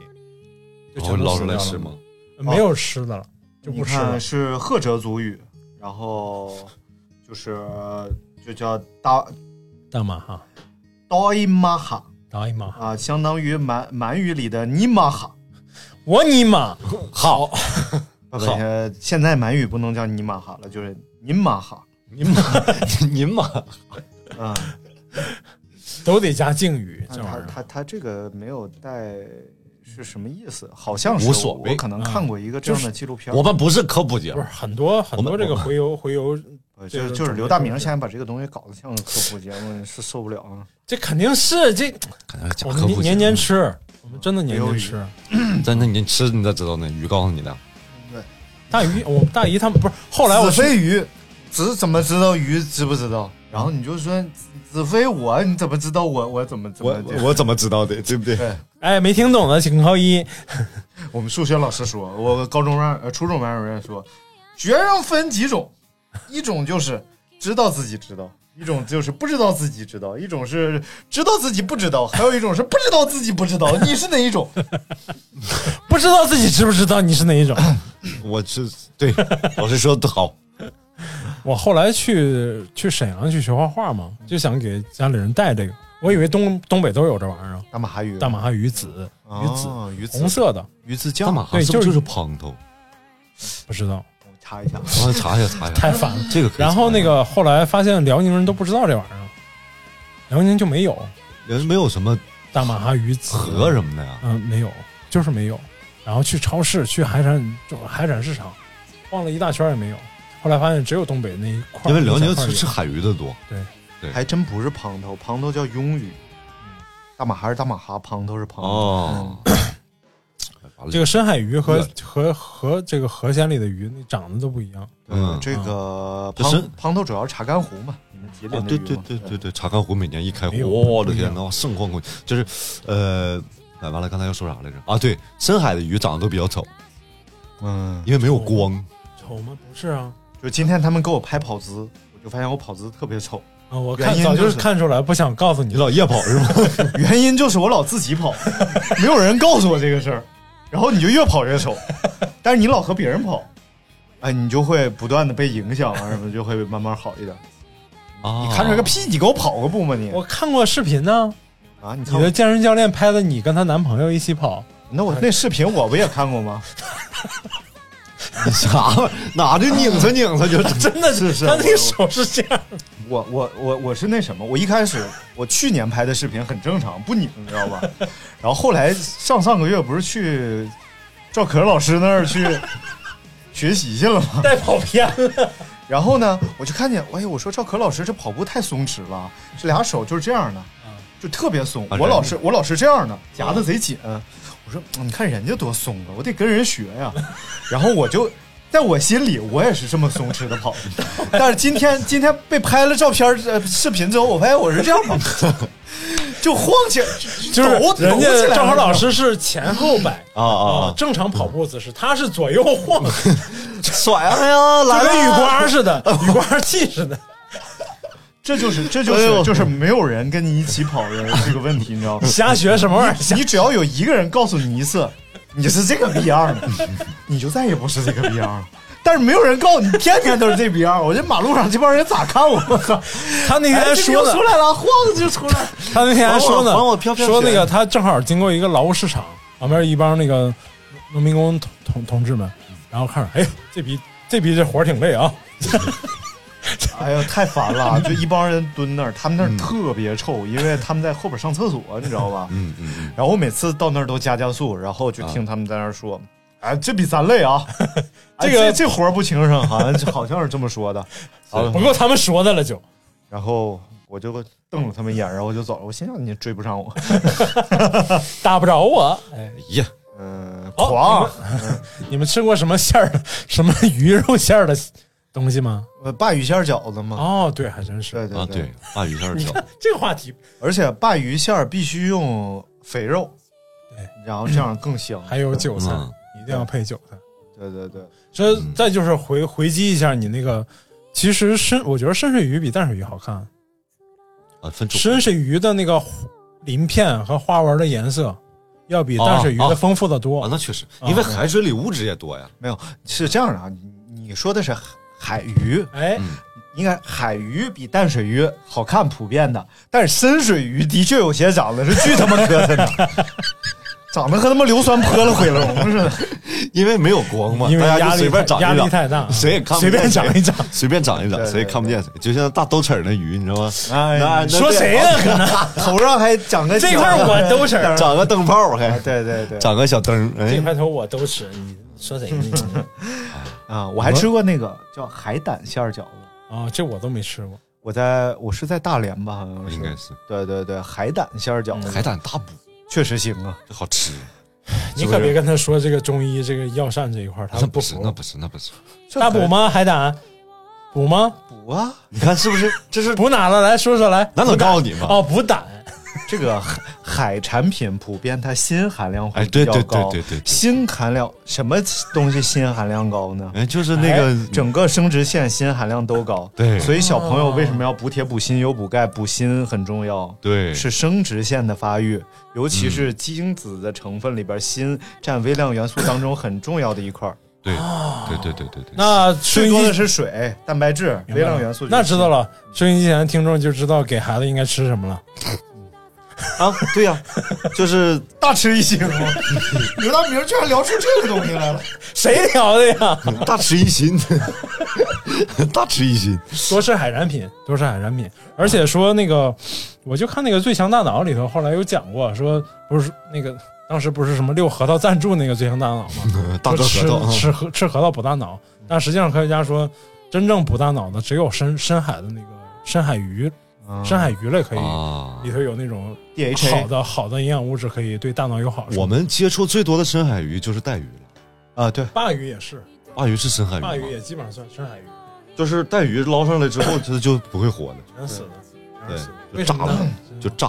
Speaker 3: 就
Speaker 6: 然后
Speaker 4: 哦
Speaker 3: 全都
Speaker 6: 捞
Speaker 3: 死
Speaker 6: 出来
Speaker 3: 掉
Speaker 6: 吃
Speaker 3: 了
Speaker 6: 吗？
Speaker 3: 没有吃的了，就
Speaker 4: 你
Speaker 3: 不吃了
Speaker 4: 看。是赫哲族语，然后就是就叫达
Speaker 3: 大马哈，
Speaker 4: 刀伊玛哈
Speaker 3: 哎呀妈呀，
Speaker 4: 啊，相当于满满语里的尼玛哈。
Speaker 3: 我尼玛！
Speaker 6: 好，
Speaker 4: 不
Speaker 6: 好
Speaker 4: 呃现在满语不能叫尼玛哈了，就是尼玛哈。
Speaker 6: 您妈， 您妈，
Speaker 4: 嗯，
Speaker 3: 都得加敬语，这玩意
Speaker 4: 他
Speaker 3: 儿
Speaker 4: 他他这个没有带是什么意思？好像是
Speaker 6: 无所谓嗯
Speaker 4: 我可能看过一个这样的纪录片，
Speaker 6: 我们不是科普节
Speaker 3: 不
Speaker 6: 目
Speaker 3: 是，很多很
Speaker 6: 我
Speaker 3: 多
Speaker 6: 们
Speaker 3: 这个
Speaker 6: 我们
Speaker 3: 回游回游，
Speaker 4: 呃
Speaker 3: 这
Speaker 4: 就
Speaker 3: 个
Speaker 4: 就是
Speaker 3: 种类
Speaker 4: 刘大明
Speaker 3: 都是
Speaker 4: 现在把这个东西搞得像个科普节目，是受不了啊。
Speaker 3: 这肯定是这
Speaker 6: 可能讲
Speaker 3: 我
Speaker 6: 哎
Speaker 3: 们
Speaker 6: 科普节目
Speaker 3: 年年，吃，我们真的年
Speaker 4: 回游
Speaker 3: 年
Speaker 4: 鱼
Speaker 3: 吃。
Speaker 6: 真的你吃你咋知道呢？鱼告诉你的，
Speaker 3: 大姨，我们大姨他们不是后来我
Speaker 4: 子
Speaker 3: 去
Speaker 4: 非鱼，子怎么知道鱼知不知道？然后你就说子子非我，你怎么知道我我怎么怎么
Speaker 6: 我
Speaker 4: 这样？
Speaker 6: 我怎么知道的？对不对？
Speaker 4: 对
Speaker 3: 哎没听懂的请扣一，
Speaker 4: 我们数学老师说，我高中班呃初中班主任说，学生分几种，一种就是
Speaker 2: 知道自己知道，一种就是不知道自己知道，一种是知道自己不知道，还有一种是不知道自己不知道。你是哪一种？
Speaker 3: 不知道自己知不知道你是哪一种。
Speaker 4: 我是 对老师说的好，
Speaker 3: 我后来去去沈阳去学画画嘛，就想给家里人带这个。我以为东东北都有这玩意儿啊，
Speaker 2: 大马哈鱼，
Speaker 3: 大马哈鱼子、鱼子、
Speaker 2: 哦鱼子
Speaker 3: 红色的，
Speaker 2: 鱼子
Speaker 4: 大
Speaker 2: 酱
Speaker 4: 马
Speaker 2: 嘛。
Speaker 4: 哈
Speaker 3: 对
Speaker 4: 是不是
Speaker 3: 就是
Speaker 4: 就是滂头？
Speaker 3: 不知道，
Speaker 2: 我查一下，
Speaker 4: 我查一下查一
Speaker 3: 太
Speaker 4: 下，
Speaker 3: 反了。
Speaker 4: 这个可以查一下。
Speaker 3: 然后那个后来发现辽宁人都不知道这玩意儿，辽宁就没有
Speaker 4: 人没有什么
Speaker 3: 大马哈鱼子，
Speaker 4: 河什么的呀，
Speaker 3: 嗯、没有，就是没有。然后去超市、去海产就海产市场，逛了一大圈也没有。后来发现只有东北那一块
Speaker 4: 因
Speaker 3: 儿，
Speaker 4: 为辽宁
Speaker 3: 那小块儿
Speaker 4: 吃
Speaker 3: 有
Speaker 4: 吃海鱼的多。
Speaker 2: 还真不是胖头，胖头叫庸鱼。大马哈是大马哈，胖头是胖头。
Speaker 4: 哦
Speaker 2: 嗯
Speaker 4: 哎
Speaker 3: 这个深海鱼和
Speaker 4: 对
Speaker 3: 和和这个河鲜里的鱼，那长得都不一样。
Speaker 4: 嗯
Speaker 2: 这
Speaker 3: 哦
Speaker 2: 个
Speaker 4: 这是
Speaker 2: 呃胖胖头主要是查干湖嘛，你们吉林
Speaker 4: 哦
Speaker 2: 的，
Speaker 4: 对
Speaker 2: 鱼
Speaker 4: 对
Speaker 2: 嘛
Speaker 4: 对对对，查看湖每年一开
Speaker 3: 没有
Speaker 4: 湖，我的
Speaker 3: 不一
Speaker 4: 天
Speaker 3: 样
Speaker 4: 呐，盛况空前。就是呃，哎完了，刚才要说啥来着？啊，对，深海的鱼长得都比较丑，
Speaker 2: 嗯，
Speaker 4: 因为没有光。
Speaker 3: 丑吗？不是啊，
Speaker 2: 就今天他们给我拍跑姿，我就发现我跑姿特别丑，
Speaker 3: 啊，我
Speaker 2: 原
Speaker 3: 看
Speaker 2: 因
Speaker 3: 早
Speaker 2: 就
Speaker 3: 就是是看出来，不想告诉你
Speaker 4: 你。啊老夜跑是吗？
Speaker 2: 原因就是我老自己跑，没有人告诉我这个事儿，然后你就越跑越丑，但是你老和别人跑，哎，你就会不断的被影响啊什么，就会慢慢好一点。
Speaker 4: 啊，
Speaker 2: 你看出来个屁，你给我跑个步吗你？
Speaker 3: 哦我看过视频呢，
Speaker 2: 啊，你看
Speaker 3: 你的健身教练拍的你跟她男朋友一起跑，
Speaker 2: 那我那视频我不也看过吗？
Speaker 4: 你 啥玩意儿？哪就拧着拧着就
Speaker 3: 真的
Speaker 2: 是是
Speaker 3: 他那个手是这样，
Speaker 2: 我我我我是那什么，我一开始我去年拍的视频很正常，不拧，你知道吧？然后后来上上个月不是去赵可老师那儿 去学习去了吗？
Speaker 3: 带跑偏了。
Speaker 2: 然后呢，我就看见，哎呀，我说赵可老师这跑步太松弛了，这俩手就是这样的，
Speaker 3: 嗯
Speaker 2: 就特别松。
Speaker 4: 啊
Speaker 2: 我
Speaker 4: 人
Speaker 2: 老是我老是这样的，夹的贼紧。我说嗯你看人家多松啊，我得跟人学呀。 然后我就在我心里，我也是这么松弛的跑。但是今天今天被拍了照片、呃、视频之后，我发现我是这样跑的，就 晃起来，
Speaker 3: 就是
Speaker 2: 抖抖
Speaker 3: 人
Speaker 2: 起来
Speaker 3: 家
Speaker 2: 了
Speaker 3: 赵老师是前后摆
Speaker 4: 啊啊
Speaker 3: 啊，正常跑步姿势，他是左右晃，
Speaker 4: 甩
Speaker 3: 啊
Speaker 4: 哎呀，
Speaker 3: 就
Speaker 4: 来
Speaker 3: 跟
Speaker 2: 啊
Speaker 3: 雨
Speaker 4: 了
Speaker 3: 刮似的，雨刮器似的。
Speaker 2: 这就是这就
Speaker 4: 哎呦
Speaker 2: 是就是没有人跟你一起跑的这个问题，你知道吗？
Speaker 3: 瞎学什么玩意儿？ 瞎
Speaker 2: 你只要有一个人告诉你一次，你是这个逼样的，你就再也不是这个逼样了。但是没有人告诉你，天天都是这逼样。我这马路上这帮人咋看我？我 操！
Speaker 3: 他那天还
Speaker 2: 哎这
Speaker 3: 说
Speaker 2: 又
Speaker 3: 呢
Speaker 2: 出，来了，晃就出 来。
Speaker 3: 他那天还说呢，
Speaker 4: 还我还我飘飘
Speaker 3: 说那
Speaker 4: 雪
Speaker 3: 个他正好经过一个劳务市场，旁边一帮那个农民工同同同志们，然后看着，哎呦，这逼这逼这活儿挺累啊，
Speaker 4: 嗯
Speaker 2: 哎呦，太烦了！就一帮人蹲那儿，他们那儿特
Speaker 4: 啊
Speaker 2: 别臭，因为他们在后边上厕所，你知道吧？
Speaker 4: 嗯嗯嗯，啊
Speaker 2: 然后我每次到那儿都加加速，然后就听他们在那儿说：“哎，这比咱累 啊！哎
Speaker 3: 这个
Speaker 2: 这活儿不轻省，好像好像是这么说 的。”好了
Speaker 3: 不够他们说的了就。
Speaker 2: 然后我就瞪了他们一眼，然后我就走了。我心想你追不 上我，
Speaker 3: 打不着我，哎，
Speaker 4: 哎呀，
Speaker 2: 嗯，
Speaker 3: 哦
Speaker 2: 狂。
Speaker 3: 你们吃过什么馅儿的、 什么鱼肉馅儿的东西吗？
Speaker 2: 呃，鲅鱼馅儿饺子嘛，
Speaker 3: 哦，对，还真是。
Speaker 2: 对对
Speaker 4: 啊嗯对，鲅鱼馅儿饺，
Speaker 3: 这个话题
Speaker 2: 而且鲅鱼馅儿必须用肥肉，
Speaker 3: 对，
Speaker 2: 然后这样更香。
Speaker 3: 还有韭菜，
Speaker 4: 嗯
Speaker 3: 一定要配韭菜。
Speaker 2: 对对对，
Speaker 3: 这再就是回回击一下你那个，其实深我觉得深水鱼比淡水鱼好看，
Speaker 4: 啊分种
Speaker 3: 深水鱼的那个鳞片和花纹的颜色，要比淡水鱼
Speaker 4: 哦哦
Speaker 3: 的丰富的多。
Speaker 4: 啊，那确实，因为海水里物质也多呀。
Speaker 2: 没有是这样的啊，你你说的是海海鱼，
Speaker 3: 哎，
Speaker 4: 嗯
Speaker 2: 应该海鱼比淡水鱼好看普遍的，但是深水鱼的确有些长得是巨他妈磕碜的，长得和他妈硫酸泼了毁了龙似的。
Speaker 4: 因为没有光嘛，
Speaker 3: 因为
Speaker 4: 大家
Speaker 3: 压
Speaker 4: 就随
Speaker 3: 力
Speaker 4: 便
Speaker 3: 太
Speaker 4: 长一
Speaker 3: 压力
Speaker 4: 长
Speaker 3: 太大
Speaker 4: 谁也看不
Speaker 3: 随便
Speaker 4: 见谁
Speaker 3: 长一长
Speaker 4: 随便长一长，
Speaker 2: 对
Speaker 4: 谁也看不见谁，就像大兜齿儿那鱼，你知道吗？
Speaker 2: 哎
Speaker 4: 那那
Speaker 3: 说谁呢？可能
Speaker 2: 头上还长个
Speaker 3: 这块儿我 都是
Speaker 4: 长个灯泡儿还
Speaker 2: 哎，对对对，
Speaker 4: 长个小灯儿，
Speaker 3: 这
Speaker 4: 哎，
Speaker 3: 块头我都吃，你说谁呢？
Speaker 2: 啊，我还吃过那个叫海胆馅儿饺子。
Speaker 3: 啊，这我都没 吃过。
Speaker 2: 我在我是在大连吧，好像是，
Speaker 4: 应该是
Speaker 2: 对对对，海胆馅儿
Speaker 3: 嗯
Speaker 2: 饺子，
Speaker 4: 海胆大补，
Speaker 2: 确实行啊。
Speaker 4: 这好吃。
Speaker 3: 你可别跟他说这个中医这个药膳这一块儿，他
Speaker 4: 那不是
Speaker 3: 服。
Speaker 4: 那不是那不是，
Speaker 3: 大补吗？海胆补吗？
Speaker 2: 补啊，
Speaker 4: 你看是不是？这是
Speaker 3: 补哪了？来说说来。
Speaker 4: 哪能告诉你嘛？
Speaker 3: 哦，补胆。
Speaker 2: 这个海
Speaker 4: 海产品普遍它锌含量会
Speaker 6: 哎
Speaker 4: 比
Speaker 6: 对
Speaker 4: 较
Speaker 6: 对
Speaker 4: 高，
Speaker 6: 对对对对
Speaker 4: 锌含量什么东西锌含量高呢？
Speaker 6: 哎，就是那个
Speaker 4: 哎整个生殖腺锌含量都高，
Speaker 6: 对
Speaker 4: 所以小朋友为什么要补铁、补锌、有补钙？补锌很重要，
Speaker 6: 对
Speaker 4: 是生殖腺的发育，尤其是精子的成分里边，锌占微量元素当中很重要的一块儿，
Speaker 6: 对对对对对对，
Speaker 3: 那收
Speaker 4: 最
Speaker 3: 音
Speaker 4: 多
Speaker 3: 机
Speaker 4: 的是水、蛋白质、微量元素。
Speaker 3: 那知道了，收音机前的听众就知道给孩子应该吃什么了。
Speaker 4: 啊？对 呀、
Speaker 6: 就是
Speaker 4: 大吃一惊，哦 刘大明居然聊出这个东西来了。
Speaker 3: 谁聊的呀？
Speaker 6: 大吃一惊， 大吃一惊，
Speaker 3: 多吃海产品，多吃海产品。而且说那个，我就看那个《最强大脑》里头，后来有讲过，说不是那个当时不是什么六核桃赞助那个《最强大脑》吗？
Speaker 6: 嗯 大
Speaker 3: 说
Speaker 6: 折核桃嗯
Speaker 3: 吃吃核吃核桃补大脑，但实际上科学家说，真正补大脑的只有深深海的那个深海鱼，深海鱼类
Speaker 4: 哎
Speaker 3: 可以。
Speaker 6: 嗯啊
Speaker 3: 里头有那种
Speaker 4: DHA
Speaker 3: 好的好的营养物质，可以对大脑有好处。
Speaker 6: 我们接触最多的深海鱼就是带鱼了，
Speaker 4: 啊，对，
Speaker 3: 鲅鱼也是，
Speaker 6: 鲅鱼是深海鱼吗？
Speaker 3: 鲅鱼也基本上算深海鱼，
Speaker 6: 就是带鱼捞上来 之后，它就不会活了，
Speaker 3: 全死了，全死了。
Speaker 6: 对
Speaker 3: 为什么
Speaker 6: 炸
Speaker 3: 呢
Speaker 6: 了？就炸，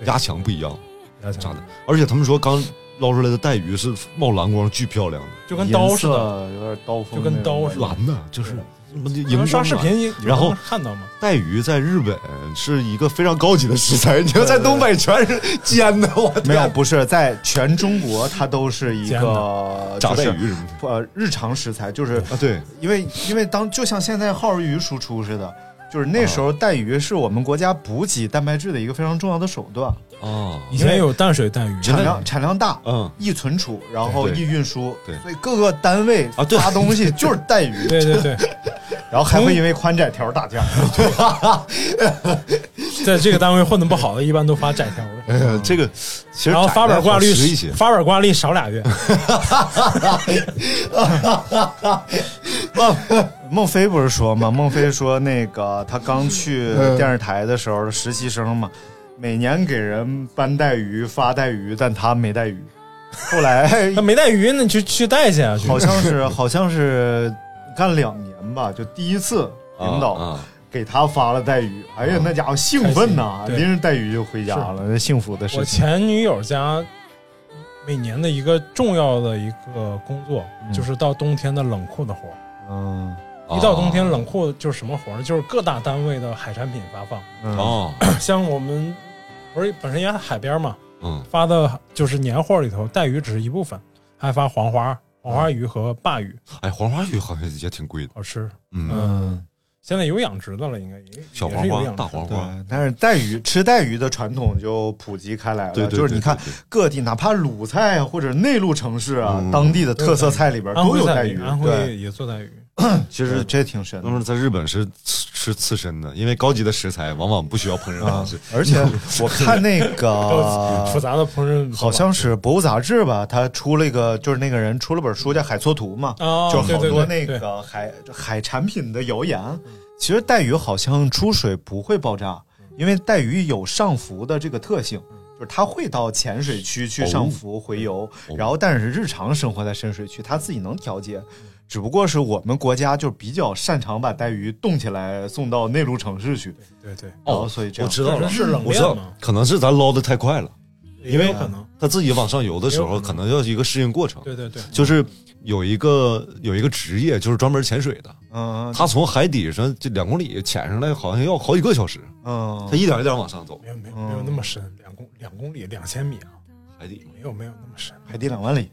Speaker 3: 对
Speaker 6: 压强不一样，
Speaker 3: 压强
Speaker 6: 炸的。而且他们说刚捞出来的带鱼是冒蓝光，巨漂亮的，
Speaker 3: 就跟刀似的，
Speaker 4: 的，有点刀锋，
Speaker 3: 就跟刀似的
Speaker 6: 蓝的，就是什么
Speaker 3: 你们
Speaker 6: 荧光
Speaker 3: 刷视
Speaker 6: 蓝
Speaker 3: 频也
Speaker 6: 然后
Speaker 3: 有能看到吗？
Speaker 6: 带鱼在日本是一个非常高级的食材，你要在东北全是煎的，我
Speaker 4: 没有，
Speaker 6: 天
Speaker 4: 不是在全中国，它都是一
Speaker 3: 煎
Speaker 4: 个
Speaker 6: 炸带
Speaker 4: 就是
Speaker 6: 鱼什么的
Speaker 4: 呃日常食材，就是
Speaker 6: 啊，对，
Speaker 4: 因为因为当就像现在耗儿鱼输出似的，就是那时候带鱼是我们国家补给蛋白质的一个非常重要的手段，
Speaker 6: 哦，
Speaker 3: 以前有淡水带鱼，
Speaker 4: 产量产量大，
Speaker 6: 嗯
Speaker 4: 易存储，然后
Speaker 6: 对
Speaker 4: 易运输，
Speaker 6: 对
Speaker 4: 所以各个单位
Speaker 6: 啊对
Speaker 4: 发东 西就是带鱼，
Speaker 3: 对对对，
Speaker 4: 然后还会因为宽窄条打架，
Speaker 3: 在这个单位混的不好的，一般都发窄条的，
Speaker 6: 哎呀， 这个其实
Speaker 3: 然后发
Speaker 6: 窄的
Speaker 3: 本挂
Speaker 6: 好
Speaker 3: 历
Speaker 6: 吃一些，
Speaker 3: 发本挂历少俩月，
Speaker 4: 孟非不是说吗？孟非说那个他刚去电视台的时候，实习生嘛，每年给人搬带鱼、发带鱼，但他没带鱼。后来
Speaker 3: 那没带鱼那就去带去 啊，去
Speaker 4: 好像是好像是干两年吧，就第一次领导
Speaker 6: 啊
Speaker 4: 给他发了带鱼，哎呀，那家伙兴奋呐，
Speaker 3: 开心对
Speaker 4: 拎着带鱼就回家了，那幸福的事
Speaker 3: 我
Speaker 4: 情。
Speaker 3: 前女友家每年的一个重要的一个工作，
Speaker 6: 嗯
Speaker 3: 就是到冬天的冷库的活儿。
Speaker 4: 嗯
Speaker 6: 哦
Speaker 3: 一到冬天，冷库就是什么活儿呢？就是各大单位的海产品发 放。
Speaker 4: 嗯
Speaker 6: 哦，
Speaker 3: 像我们不是本身也海边嘛，
Speaker 6: 嗯
Speaker 3: 发的就是年货里头带鱼只是一部分，还发黄花、黄花鱼和鲅鱼，
Speaker 6: 哎，黄花鱼好像也挺贵的，
Speaker 3: 好吃。
Speaker 6: 嗯，
Speaker 3: 嗯，现在有养殖的了，应该也
Speaker 6: 小
Speaker 3: 也
Speaker 6: 黄
Speaker 3: 是有
Speaker 6: 花、
Speaker 3: 养殖
Speaker 6: 大黄
Speaker 4: 对
Speaker 6: 花，，
Speaker 4: 但是带鱼吃带鱼的传统就普及开来了，
Speaker 6: 对对对
Speaker 4: 就是你看
Speaker 6: 对对对
Speaker 4: 各地，哪怕鲁菜啊或者内陆城市啊，
Speaker 6: 嗯
Speaker 4: 当地的特色菜里边
Speaker 3: 安
Speaker 4: 都
Speaker 3: 徽
Speaker 4: 有
Speaker 3: 菜
Speaker 4: 带
Speaker 3: 里
Speaker 4: 鱼，
Speaker 3: 安
Speaker 4: 对
Speaker 3: 徽，也做带鱼，
Speaker 4: 其实这挺神
Speaker 6: 那
Speaker 4: 的。
Speaker 6: 么在日本是吃吃刺身的，因为高级的食材往往不需要烹饪
Speaker 4: 啊
Speaker 6: 方式。！
Speaker 4: 而 且我看那个
Speaker 3: 复杂的烹饪
Speaker 4: 啊好像是《博物杂志》吧，他出了一个，就是那个人出了本书叫《海错图》嘛，
Speaker 3: 哦
Speaker 4: 就是好
Speaker 3: 对对
Speaker 4: 多那
Speaker 3: 对对
Speaker 4: 个海海产品的谣言。其实带鱼好像出水不会爆炸，
Speaker 6: 嗯
Speaker 4: 因为带鱼有上浮的这个特性，就是它会到浅水区去
Speaker 6: 哦
Speaker 4: 上浮回游，然后但是日常生活在深水区，它自己能调节。
Speaker 6: 嗯
Speaker 4: 只不过是我们国家就比较擅长把带鱼冻起来送到内陆城市去，
Speaker 3: 对对，
Speaker 4: 然后所以这
Speaker 6: 哦
Speaker 4: 样
Speaker 6: 我知道了，
Speaker 3: 是冷链
Speaker 6: 我知道
Speaker 3: 吗，
Speaker 6: 可能是咱捞的太快了，
Speaker 3: 因为可能
Speaker 6: 它自己往上游的时
Speaker 3: 也
Speaker 6: 候，
Speaker 3: 有可
Speaker 6: 可能要一个适应过程。
Speaker 3: 对对对，
Speaker 6: 就是有一个有一个职业，就是专门潜水的，
Speaker 4: 嗯
Speaker 6: 他从海底上这两公里潜上来，好像要好几个小时，
Speaker 4: 嗯
Speaker 6: 他，一点一点往上走
Speaker 3: 没，有没有没有那么深，两公两公里两千米啊，
Speaker 6: 海底
Speaker 3: 没有没有那么深，
Speaker 4: 海底两万里，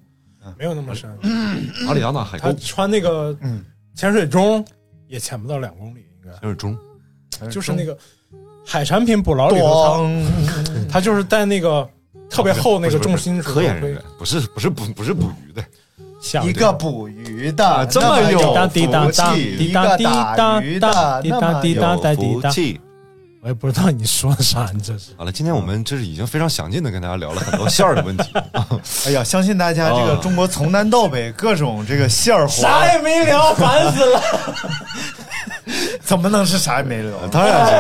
Speaker 3: 没有那么深。
Speaker 4: 嗯
Speaker 6: 马里亚纳海沟
Speaker 3: 他穿那个潜水钟也潜不到两公里，应该
Speaker 6: 潜水钟，
Speaker 3: 就是那个海产品捕捞里头，他他就是带那个特别厚那个重金属
Speaker 6: 科研人
Speaker 3: 盔
Speaker 6: 员，不是不是捕不是捕鱼的，
Speaker 3: 响
Speaker 4: 一
Speaker 3: 的
Speaker 4: 个捕鱼
Speaker 3: 啊
Speaker 2: 啊
Speaker 4: 的
Speaker 6: 这么有
Speaker 4: 那
Speaker 3: 滴答
Speaker 4: 福
Speaker 3: 答
Speaker 4: 气
Speaker 3: 滴
Speaker 4: 一
Speaker 3: 答
Speaker 4: 个
Speaker 3: 滴
Speaker 4: 打
Speaker 3: 答
Speaker 4: 鱼
Speaker 3: 答
Speaker 4: 的
Speaker 3: 滴
Speaker 4: 那
Speaker 3: 答
Speaker 4: 么
Speaker 3: 滴答
Speaker 4: 有
Speaker 3: 答滴
Speaker 6: 有
Speaker 3: 答
Speaker 6: 福，气。
Speaker 3: 我也不知道你说啥，你这是
Speaker 6: 好了，今天我们这是已经非常详尽的跟大家聊了很多馅儿的问题，
Speaker 4: 哎呀，相信大家这个
Speaker 6: 啊
Speaker 4: 中国从南到北各种这个馅儿花，
Speaker 3: 没聊，烦死了。
Speaker 4: 怎么能是啥也没留？
Speaker 6: 当然是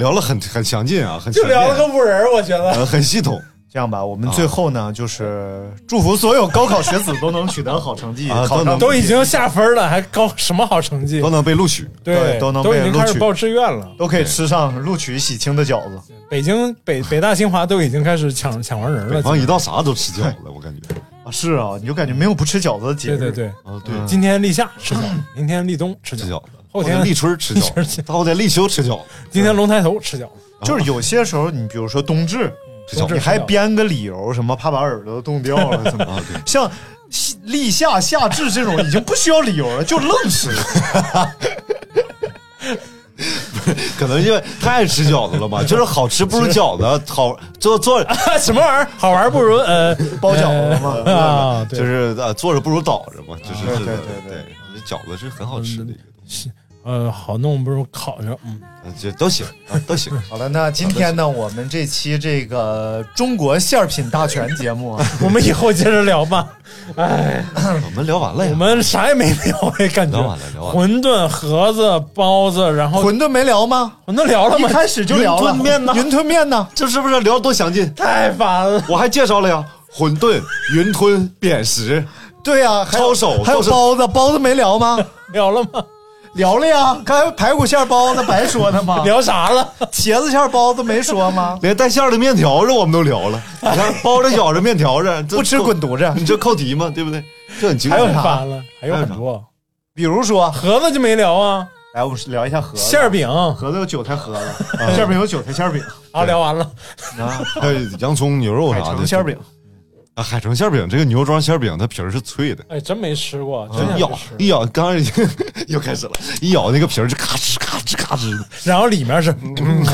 Speaker 6: 聊了很很详尽啊，很详尽
Speaker 3: 五人，我觉得
Speaker 6: 呃很系统。
Speaker 2: 这样吧，我们最后呢，就是祝福所有高考学子都能取得好成绩，
Speaker 4: 啊
Speaker 2: 考
Speaker 4: 都能
Speaker 2: 上
Speaker 3: 都已经下分了，还高什么好成绩
Speaker 4: 都？能被录取。
Speaker 2: 对都
Speaker 3: 都
Speaker 2: 能被
Speaker 3: 已经开
Speaker 2: 录
Speaker 3: 始
Speaker 2: 取
Speaker 3: 报志愿了。
Speaker 2: 都可以吃上录取喜庆的饺子。
Speaker 3: 北京北北大清华都已经开始抢抢完人
Speaker 4: 北
Speaker 3: 了。
Speaker 4: 方一到啥都吃饺子，我感 觉。
Speaker 2: 啊，是啊，你就感觉没有不吃饺子的节
Speaker 3: 对
Speaker 2: 日。
Speaker 3: 对对，
Speaker 4: 啊，对，
Speaker 3: 今天立夏吃饺子，明天立冬吃
Speaker 4: 吃
Speaker 3: 饺
Speaker 4: 饺
Speaker 3: 子
Speaker 4: 子，，
Speaker 3: 后
Speaker 4: 后天
Speaker 3: 天
Speaker 4: 立春吃
Speaker 3: 立春
Speaker 4: 饺
Speaker 3: 吃
Speaker 4: 子，到后天立秋吃饺子，
Speaker 3: 今天龙抬头吃饺子，
Speaker 2: 就是有些时候，你比如说冬至，
Speaker 3: 嗯
Speaker 4: 吃饺
Speaker 2: 你
Speaker 4: 子
Speaker 2: 还编个理由，什么怕把耳朵冻掉 了，怎么
Speaker 4: 啊？对，
Speaker 2: 像立夏、夏至这种已经不需要理由了，就愣吃。
Speaker 4: 可能因为太爱吃饺子了吧，就是好吃不如饺子好，做做
Speaker 3: 啊什么玩意儿？好玩不如呃
Speaker 2: 包饺子嘛啊
Speaker 3: 呃啊，对
Speaker 4: 就是呃坐着不如倒着嘛，就是
Speaker 2: 对
Speaker 4: 是
Speaker 2: 对
Speaker 4: 的
Speaker 2: 对对
Speaker 4: 对，我觉得饺子是很好吃的一个东西，
Speaker 3: 呃好弄不如烤着，嗯，
Speaker 4: 嗯这都行啊，都行。
Speaker 2: 好了，那今天呢，我们这期这个中国馅品大全节目啊，
Speaker 3: 我们以后接着聊吧。哎，
Speaker 4: 我们聊完了呀，
Speaker 3: 我们啥也没聊，哎，感觉
Speaker 4: 聊完了聊完了
Speaker 3: 馄饨、盒子、包子，然后
Speaker 2: 馄饨没聊吗？
Speaker 3: 馄饨聊了
Speaker 2: 一
Speaker 3: 吗？
Speaker 2: 开始就聊了
Speaker 4: 云吞面呢
Speaker 2: 云吞面呢？
Speaker 4: 这是不是聊得多详尽？
Speaker 3: 太烦了，
Speaker 4: 我还介绍了呀，馄饨、云吞、扁食，
Speaker 2: 对呀、还有
Speaker 4: 抄手
Speaker 2: 还有
Speaker 4: 都是
Speaker 2: 包子，包子没聊吗？
Speaker 3: 聊了吗？
Speaker 2: 聊了呀，刚才排骨馅包子白说的吗？
Speaker 3: 聊啥了？
Speaker 2: 茄子馅包子没说吗？
Speaker 4: 连带馅儿的面条子我们都聊了。你 看，包着饺子面条子，这
Speaker 2: 不吃滚犊
Speaker 4: 你
Speaker 2: 子。
Speaker 4: 这扣题吗？对不对？这很精
Speaker 2: 还
Speaker 4: 彩。
Speaker 2: 有
Speaker 3: 太
Speaker 2: 啥
Speaker 3: 烦了，哎还有
Speaker 4: 还有
Speaker 3: 很
Speaker 4: 啥
Speaker 3: 多
Speaker 2: 比如说，
Speaker 3: 盒子就没聊啊，
Speaker 2: 来我们聊一下盒子。
Speaker 3: 馅儿饼
Speaker 2: 盒子有韭菜盒子，
Speaker 4: 嗯
Speaker 2: 馅儿饼有韭菜馅儿饼
Speaker 3: 啊，聊完了。
Speaker 2: 啊，
Speaker 4: 还有
Speaker 6: 哎
Speaker 4: 洋葱牛肉
Speaker 2: 海
Speaker 4: 啥
Speaker 2: 城
Speaker 4: 的
Speaker 2: 馅儿饼。
Speaker 4: 啊，海城馅儿饼这个牛庄馅儿饼，它皮儿是脆的，
Speaker 3: 哎，真没吃过，
Speaker 2: 嗯
Speaker 3: 真
Speaker 4: 就一
Speaker 3: 想
Speaker 4: 咬
Speaker 3: 去吃。
Speaker 4: 一咬， 刚刚已经 又开始了，一咬那个皮儿就咔哧咔哧咔哧的。
Speaker 3: 然后里面是，嗯，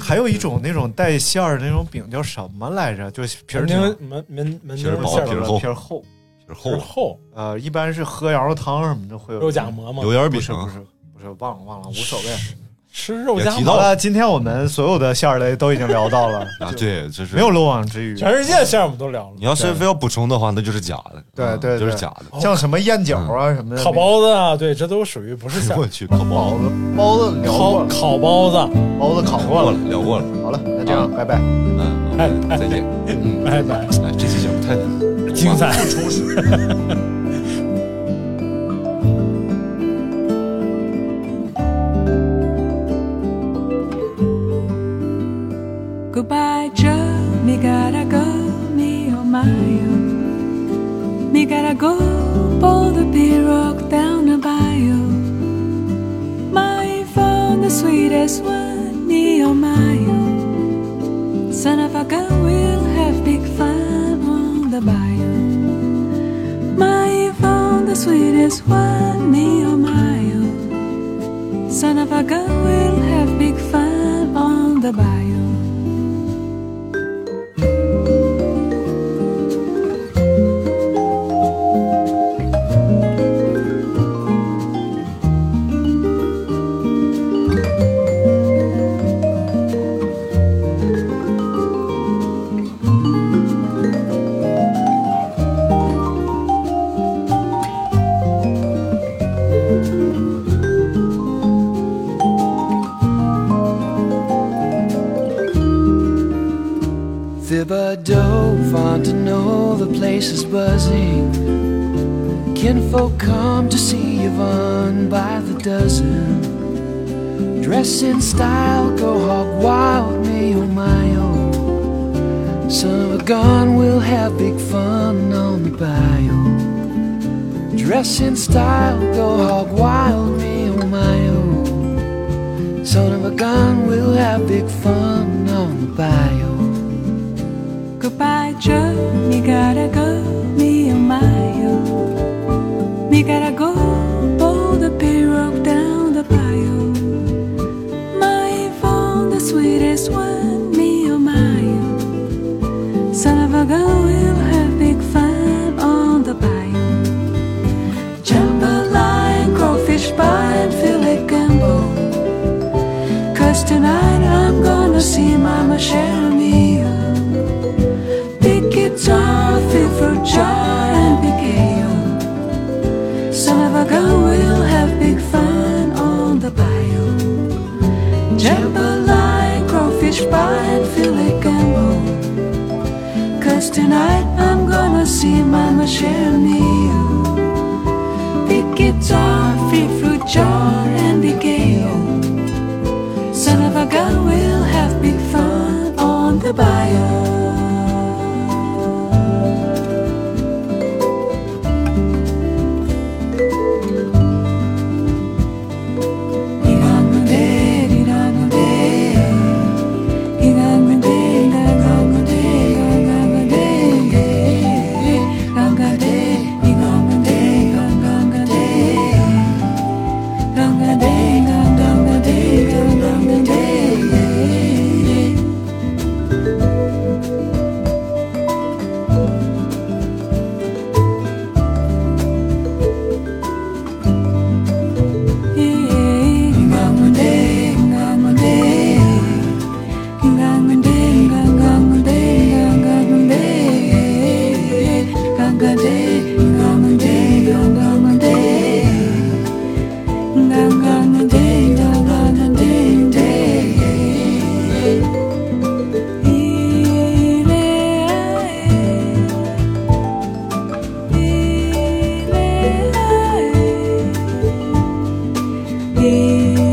Speaker 2: 还有一种那种带馅儿的那种饼叫什么来着？就是皮儿挺
Speaker 3: 门门门门
Speaker 4: 皮儿
Speaker 3: 钉
Speaker 4: 薄
Speaker 3: 馅
Speaker 4: 皮
Speaker 3: 儿
Speaker 4: 儿
Speaker 3: 薄
Speaker 4: 厚
Speaker 2: 皮儿厚。
Speaker 4: 皮儿厚
Speaker 3: 皮
Speaker 4: 啊，
Speaker 3: 儿厚，
Speaker 2: 呃，一般是喝羊肉汤什么的会有
Speaker 3: 肉夹馍嘛，
Speaker 4: 油盐
Speaker 2: 不
Speaker 4: 饼
Speaker 2: 是不是不是，忘了忘了，无所谓。
Speaker 3: 吃肉夹
Speaker 4: 也提
Speaker 3: 馍
Speaker 4: 到
Speaker 2: 好，了，今天我们所有的馅儿类都已经聊到了，
Speaker 4: 啊，对，这是
Speaker 2: 没有。漏网之鱼。
Speaker 3: 全世界馅儿我们都聊
Speaker 4: 你
Speaker 3: 了，
Speaker 4: 要是非要补充的话，那就是假的，
Speaker 2: 对对，
Speaker 4: 就是
Speaker 2: 对
Speaker 4: 假的。
Speaker 2: 像什么燕饺啊什么的，
Speaker 3: 烤包子啊，对，这都属于不是馅
Speaker 4: 我
Speaker 3: 儿，
Speaker 4: 去，烤包
Speaker 2: 包
Speaker 4: 子
Speaker 2: 子，包子聊过
Speaker 3: 烤
Speaker 2: 了，
Speaker 3: 烤包子，
Speaker 2: 包子烤
Speaker 4: 聊
Speaker 2: 过
Speaker 4: 过
Speaker 2: 了。
Speaker 4: 了，聊过了。
Speaker 2: 好了，那这样，拜拜。
Speaker 4: 嗯，
Speaker 3: 哎
Speaker 4: 嗯再见。嗯，
Speaker 3: 拜拜，
Speaker 4: 哎，这期节目太
Speaker 3: 精彩。
Speaker 4: 充实了。
Speaker 7: Goodbye, Joe. Me gotta go, me oh my oh. Me gotta go, pull the big rock down the bayou. My phone, the sweetest one, me oh my oh. Son of a gun, we'll have big fun on the bayou. My phone, the sweetest one, me oh my oh. Son of a gun, we'll have big fun on the bayou.
Speaker 6: Thibodeau, Fontenot, the place is buzzing. Kinfolk come to see Yvonne by the dozen. Dress in style, go hog wild, me oh my oh. Son of a gun, we'll have big fun on the bio. Dress in style, go hog wild, me oh my oh. Son of a gun, we'll have big fun on the bio.
Speaker 7: Goodbye, Joe. Me gotta go, me and my oh. Me gotta go, pull the pirogue down the bayou. My phone, the sweetest one, me oh my oh. Son of a gun, we'll have big fun on the bayou. Jambalaya, crawfish pie, and fillet gumbo. Cause tonight I'm gonna see Mama Sharon me oh. Big guitar, fifth fruit jar, and big ale. Son of a gun, we'll have big fun on the bio. Jambalaya, crawfish pie, and fillet gumbo. tonight I'm gonna see Mama Cheryl The guitar, free fruit jar, and the gale. Son of a gun, we'll have big fun on the bio. Yeah.